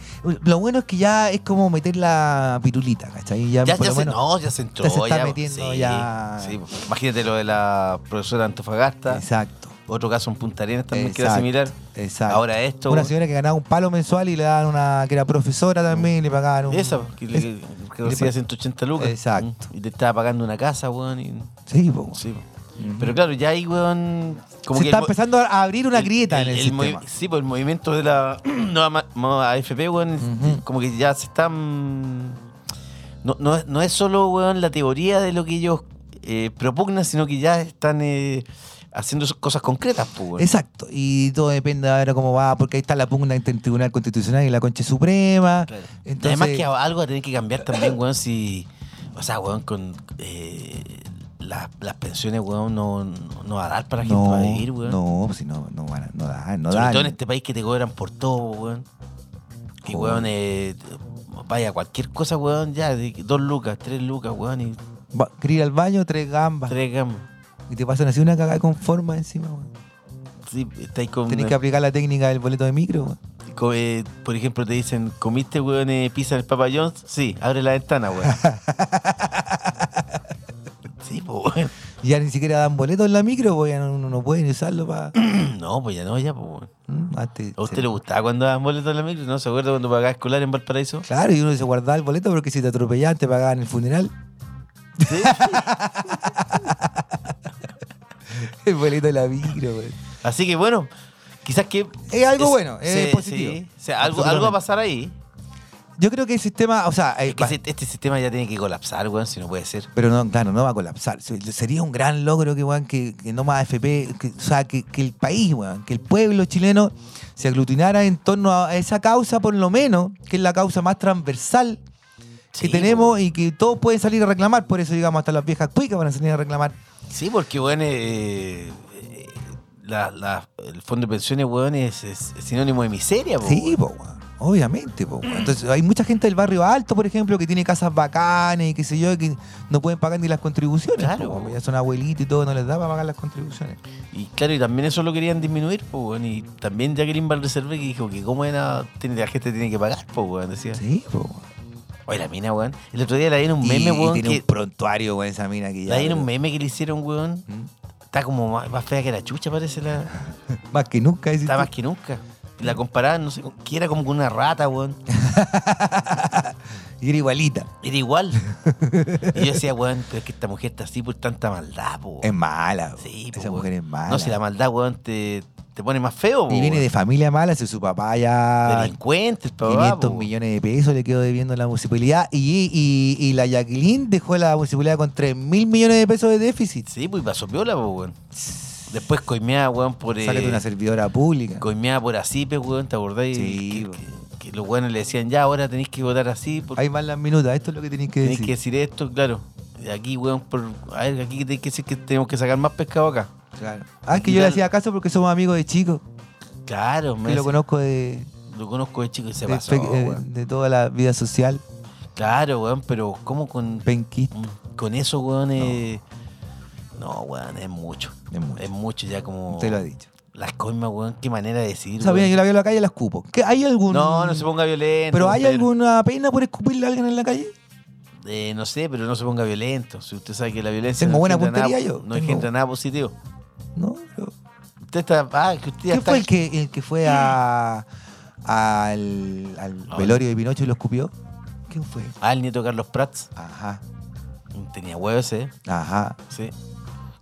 Speaker 3: Lo bueno es que ya es como meter la pirulita, ¿cachai? Ya,
Speaker 2: Ya,
Speaker 3: por
Speaker 2: ya
Speaker 3: lo
Speaker 2: se,
Speaker 3: menos-
Speaker 2: no, ya se entró,
Speaker 3: ya se está
Speaker 2: po,
Speaker 3: metiendo ya-
Speaker 2: sí, po. imagínate lo de la profesora Antofagasta,
Speaker 3: Exacto.
Speaker 2: otro caso en Punta Arenas también que era
Speaker 3: Exacto,
Speaker 2: similar.
Speaker 3: Exacto.
Speaker 2: Ahora esto,
Speaker 3: Una
Speaker 2: weón.
Speaker 3: señora que ganaba un palo mensual y le daban una. que era profesora también y le pagaban un.
Speaker 2: Esa, que, le- que recibía 180 lucas.
Speaker 3: Exacto.
Speaker 2: Y te estaba pagando una casa, weón. y-
Speaker 3: Sí, po.
Speaker 2: sí, po. Pero claro, ya ahí, weón. Como
Speaker 3: Se
Speaker 2: que
Speaker 3: está
Speaker 2: el mo-
Speaker 3: empezando a abrir una grieta en el,
Speaker 2: movi-
Speaker 3: sistema.
Speaker 2: Sí, pues el movimiento de la nueva ma- nueva AFP, weón, como que ya se están. No, no, es- no es solo, weón, la teoría de lo que ellos eh, propugnan, sino que ya están eh, haciendo sus cosas concretas, pues, weón.
Speaker 3: Exacto. Y todo depende de ahora cómo va, porque ahí está la pugna entre el Tribunal Constitucional y la Concha Suprema.
Speaker 2: Claro.
Speaker 3: Entonces,
Speaker 2: Además que algo va a tener que cambiar también, weón, si... O sea, weón, con... eh, la- las pensiones, weón, no, no va a dar para la gente
Speaker 3: no,
Speaker 2: va a vivir, weón.
Speaker 3: no, pues si no, no van a- no dan, no
Speaker 2: Sobre
Speaker 3: dan.
Speaker 2: todo en este país que te cobran por todo, weón. Y,
Speaker 3: Joder.
Speaker 2: weón, eh, vaya, cualquier cosa, weón, ya, de dos lucas, tres lucas, weón, y
Speaker 3: Va- quería ir al baño, tres gambas.
Speaker 2: tres gamas.
Speaker 3: Y te pasan así una cagada con forma encima, weón.
Speaker 2: Sí, estáis con...
Speaker 3: Tenés que aplicar la técnica del boleto de micro, weón.
Speaker 2: co- eh, por ejemplo, te dicen, ¿comiste, weón, eh, pizza en el Papa John's? Sí, abre la ventana, weón. sí, pues, weón.
Speaker 3: Y Ya ni siquiera dan boletos en la micro, weón. ya Uno no puede ni usarlo para.
Speaker 2: No, pues ya no, ya, pues, weón.
Speaker 3: Mm, ah,
Speaker 2: ¿A usted le gustaba cuando daban boletos en la micro? ¿No se acuerda cuando pagaba escolar en Valparaíso?
Speaker 3: Claro, y uno se guardaba el boleto porque si te atropellaban te pagaban el funeral. el boleto de la micro, güey.
Speaker 2: Así que bueno, quizás que...
Speaker 3: Es algo bueno, es positivo.
Speaker 2: sí. O sea, algo, algo va a pasar ahí.
Speaker 3: Yo creo que el sistema, o sea, eh,
Speaker 2: Es que
Speaker 3: va-
Speaker 2: este, este sistema ya tiene que colapsar, weón, si no puede ser.
Speaker 3: pero no, claro, no va a colapsar. Se- Sería un gran logro que, weón, que, que no más AFP, que, o sea, que, que el país, weón, que el pueblo chileno se aglutinara en torno a esa causa, por lo menos, que es la causa más transversal
Speaker 2: Sí,
Speaker 3: que tenemos y que todos pueden salir a reclamar. Por eso, digamos, hasta las viejas cuicas van a salir a reclamar.
Speaker 2: Sí, porque, weón, eh, eh, la- la- el fondo de pensiones, weón, es, es- es sinónimo de miseria, po,
Speaker 3: Sí,
Speaker 2: weón.
Speaker 3: po, weón. Obviamente, po, weón. Entonces, hay mucha gente del barrio alto, por ejemplo, que tiene casas bacanes y qué sé yo, que no pueden pagar ni las contribuciones.
Speaker 2: Claro,
Speaker 3: po,
Speaker 2: po.
Speaker 3: weón. Ya son abuelitos y todo, no les da para pagar las contribuciones.
Speaker 2: Y claro, y también eso lo querían disminuir, po, weón. Y también Jacqueline Valreserve que dijo que cómo era, tiene- la gente tiene que pagar, po, weón, decía.
Speaker 3: Sí, po, weón.
Speaker 2: Oye, la mina, weón. El otro día la vi en un
Speaker 3: Y-
Speaker 2: meme,
Speaker 3: y
Speaker 2: weón.
Speaker 3: tiene
Speaker 2: que-
Speaker 3: un prontuario, weón, esa mina que ya.
Speaker 2: la vi en un
Speaker 3: pero-
Speaker 2: meme que le hicieron, weón.
Speaker 3: Mm.
Speaker 2: Está como más, más fea que la chucha, parece. La,
Speaker 3: Más que nunca, decís
Speaker 2: está
Speaker 3: tú.
Speaker 2: más que nunca. Y La comparaban, no sé, con- que era como con una rata, weón.
Speaker 3: Y era igualita.
Speaker 2: Era igual. y yo decía, weón, pero es que esta mujer está así por tanta maldad, po.
Speaker 3: Es mala, weón.
Speaker 2: Sí, po,
Speaker 3: Esa
Speaker 2: weón.
Speaker 3: mujer es mala.
Speaker 2: No, si la maldad, weón, te, te pone más feo, po,
Speaker 3: y viene
Speaker 2: weón.
Speaker 3: de familia mala, si su papá ya
Speaker 2: Delincuentes, papá,
Speaker 3: 500
Speaker 2: po.
Speaker 3: millones de pesos le quedó debiendo la municipalidad y, y- y la Jacqueline dejó la municipalidad con 3 mil millones de pesos de déficit.
Speaker 2: Sí, pues y pasó piola, po, weón. Después coimeada, weón, por. eh,
Speaker 3: Sale de una servidora pública.
Speaker 2: coimeada por Asipe, weón, ¿te acordáis?
Speaker 3: Sí,
Speaker 2: que,
Speaker 3: po.
Speaker 2: que- que los weones le decían, ya, ahora tenéis que votar así, porque
Speaker 3: Hay más las minutas, esto es lo que tenéis que
Speaker 2: tenéis
Speaker 3: decir.
Speaker 2: que decir esto, claro. Y Aquí, weón, por. A ver, aquí tenéis que decir que tenemos que sacar más pescado acá.
Speaker 3: Claro. Ah, es que yo le
Speaker 2: Dale.
Speaker 3: hacía caso porque somos amigos de chicos.
Speaker 2: Claro,
Speaker 3: Que
Speaker 2: me
Speaker 3: lo
Speaker 2: lo,
Speaker 3: conozco de,
Speaker 2: lo conozco de chico y se
Speaker 3: de
Speaker 2: pasó,
Speaker 3: pe- eh,
Speaker 2: weón.
Speaker 3: de toda la vida social.
Speaker 2: Claro, weón, pero ¿cómo con,
Speaker 3: Penquis.
Speaker 2: con eso, weón? eh, No. weón, es mucho.
Speaker 3: Es mucho.
Speaker 2: Es mucho ya como.
Speaker 3: Te lo he dicho.
Speaker 2: Las coimas, weón, qué manera de decir.
Speaker 3: Sabía,
Speaker 2: weón.
Speaker 3: yo la veo en la calle y la escupo. ¿Qué, ¿Hay algún.?
Speaker 2: No, no se ponga violento.
Speaker 3: ¿Pero hay
Speaker 2: compadre.
Speaker 3: alguna pena por escupirle a alguien en la calle?
Speaker 2: Eh, no sé, pero no se ponga violento. Si usted sabe que la violencia.
Speaker 3: Tengo
Speaker 2: no
Speaker 3: buena
Speaker 2: engendra
Speaker 3: puntería
Speaker 2: nada-
Speaker 3: yo,
Speaker 2: No
Speaker 3: tengo-
Speaker 2: engendra nada positivo.
Speaker 3: No, pero-
Speaker 2: Usted está. Ah, que usted ya
Speaker 3: ¿Qué
Speaker 2: está.
Speaker 3: fue el que, el que fue a, al, al
Speaker 2: Ahora.
Speaker 3: velorio de Pinocho y lo escupió? ¿Quién fue?
Speaker 2: Ah, el nieto de Carlos Prats.
Speaker 3: Ajá,
Speaker 2: Tenía huevos, eh.
Speaker 3: ajá.
Speaker 2: Sí.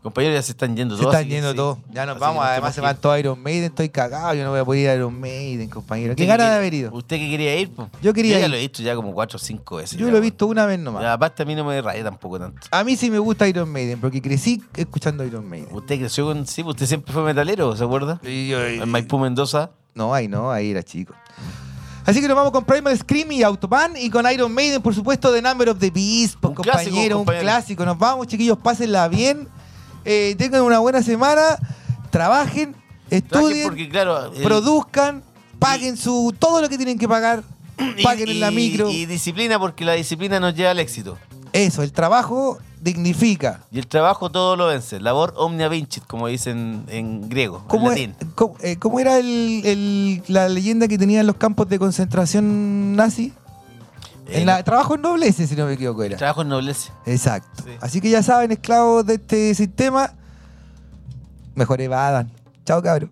Speaker 2: Compañeros, ya se están yendo
Speaker 3: Se
Speaker 2: todos.
Speaker 3: están
Speaker 2: así que
Speaker 3: yendo
Speaker 2: sí.
Speaker 3: todos. Ya nos
Speaker 2: Así
Speaker 3: vamos,
Speaker 2: que no
Speaker 3: además se
Speaker 2: tenemos
Speaker 3: van
Speaker 2: que
Speaker 3: todos a Iron Maiden, estoy cagado, yo no voy a poder ir a Iron Maiden, compañero.
Speaker 2: ¿Usted
Speaker 3: Qué gana
Speaker 2: quiere-
Speaker 3: de haber ido.
Speaker 2: ¿Usted que quería ir? po?
Speaker 3: Yo quería
Speaker 2: ya
Speaker 3: ir.
Speaker 2: lo he visto ya como cuatro o cinco veces. ya,
Speaker 3: Yo lo he
Speaker 2: weón.
Speaker 3: visto una vez nomás.
Speaker 2: Ya, aparte, a mí no me raya tampoco tanto.
Speaker 3: A mí sí me gusta Iron Maiden, porque crecí escuchando Iron Maiden.
Speaker 2: Usted creció con. Sí, pues usted siempre fue metalero, ¿se acuerda? En Maipú Mendoza.
Speaker 3: No, ahí no, ahí era chico. Así que nos vamos con Primal Scream y Autobahn y con Iron Maiden, por supuesto, de Number of the Beast, pues,
Speaker 2: Un
Speaker 3: compañero,
Speaker 2: clásico,
Speaker 3: un
Speaker 2: compañero.
Speaker 3: clásico. Nos vamos, chiquillos, pásenla bien. Eh, tengan una buena semana, trabajen, estudien,
Speaker 2: Porque, claro. el-
Speaker 3: produzcan, paguen su todo lo que tienen que pagar,
Speaker 2: y-
Speaker 3: paguen en la
Speaker 2: y-
Speaker 3: micro.
Speaker 2: Y disciplina, porque la disciplina nos lleva al éxito.
Speaker 3: Eso, el trabajo dignifica.
Speaker 2: Y el trabajo todo lo vence. Labor omnia vincit, como dicen en griego,
Speaker 3: ¿Cómo,
Speaker 2: en
Speaker 3: es-
Speaker 2: latín.
Speaker 3: cómo- eh, cómo era el- el- la leyenda que tenían los campos de concentración nazi?
Speaker 2: Eh,
Speaker 3: en la, trabajo en nobleza, si no me equivoco, era.
Speaker 2: el trabajo ennoblece.
Speaker 3: Exacto.
Speaker 2: Sí.
Speaker 3: Así que ya saben, esclavos de este sistema, mejor evadan. Chao, cabros.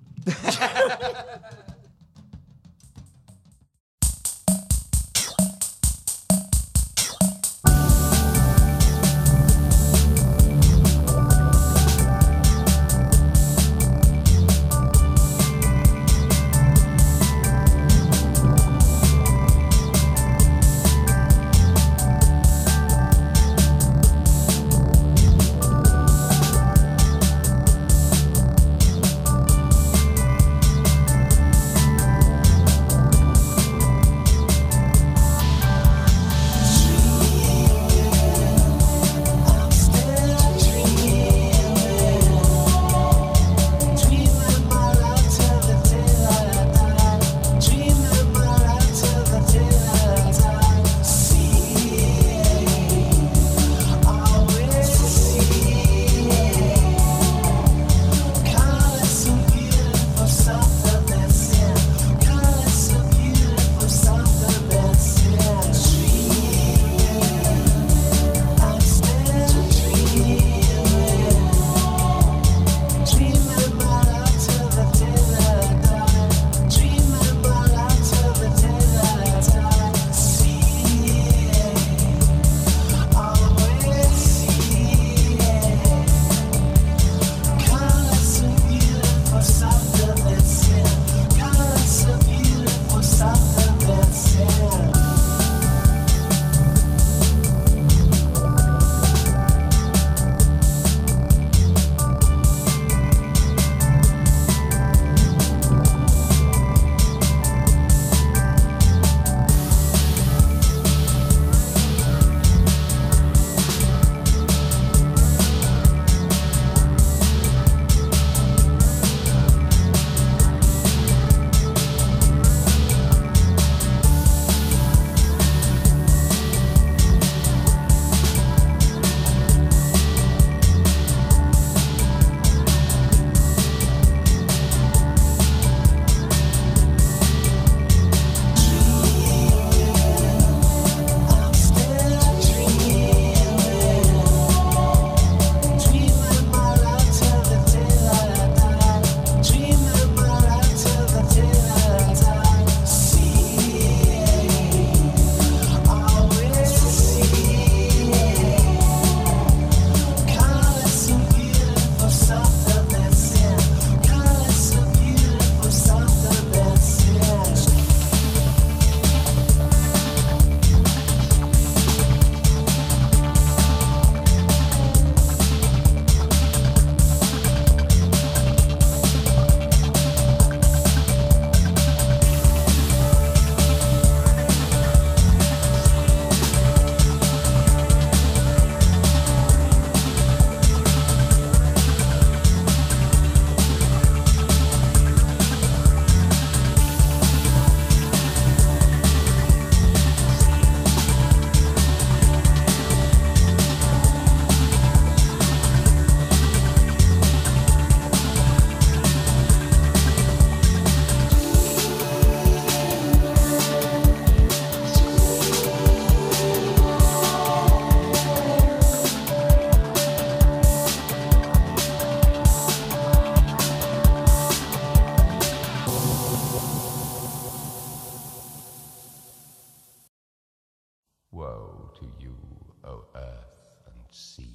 Speaker 9: woe to you, O earth and sea.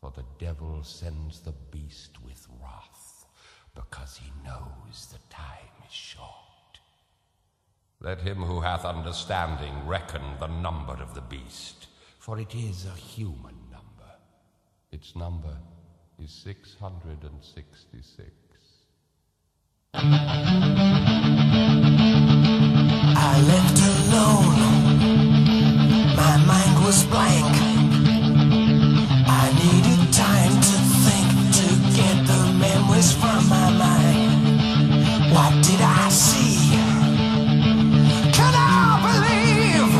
Speaker 9: For the devil sends the beast with wrath, because he knows the time is short. Let him who hath understanding reckon the number of the beast, for it is a human number. Its number is 666.
Speaker 5: I left alone. My mind was blank. I needed time to think to get the memories from my mind. What did I see? Could I believe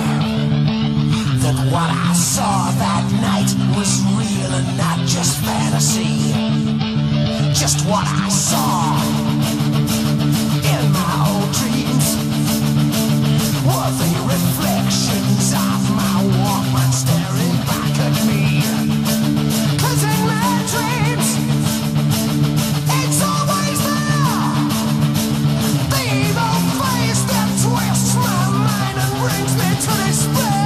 Speaker 5: that what I saw that night was real and not just fantasy? Just what I saw in my old dreams. Were the reflections of my Walkman staring back at me? 'Cause in my dreams, it's always there. The evil face that twists my mind and brings me to despair.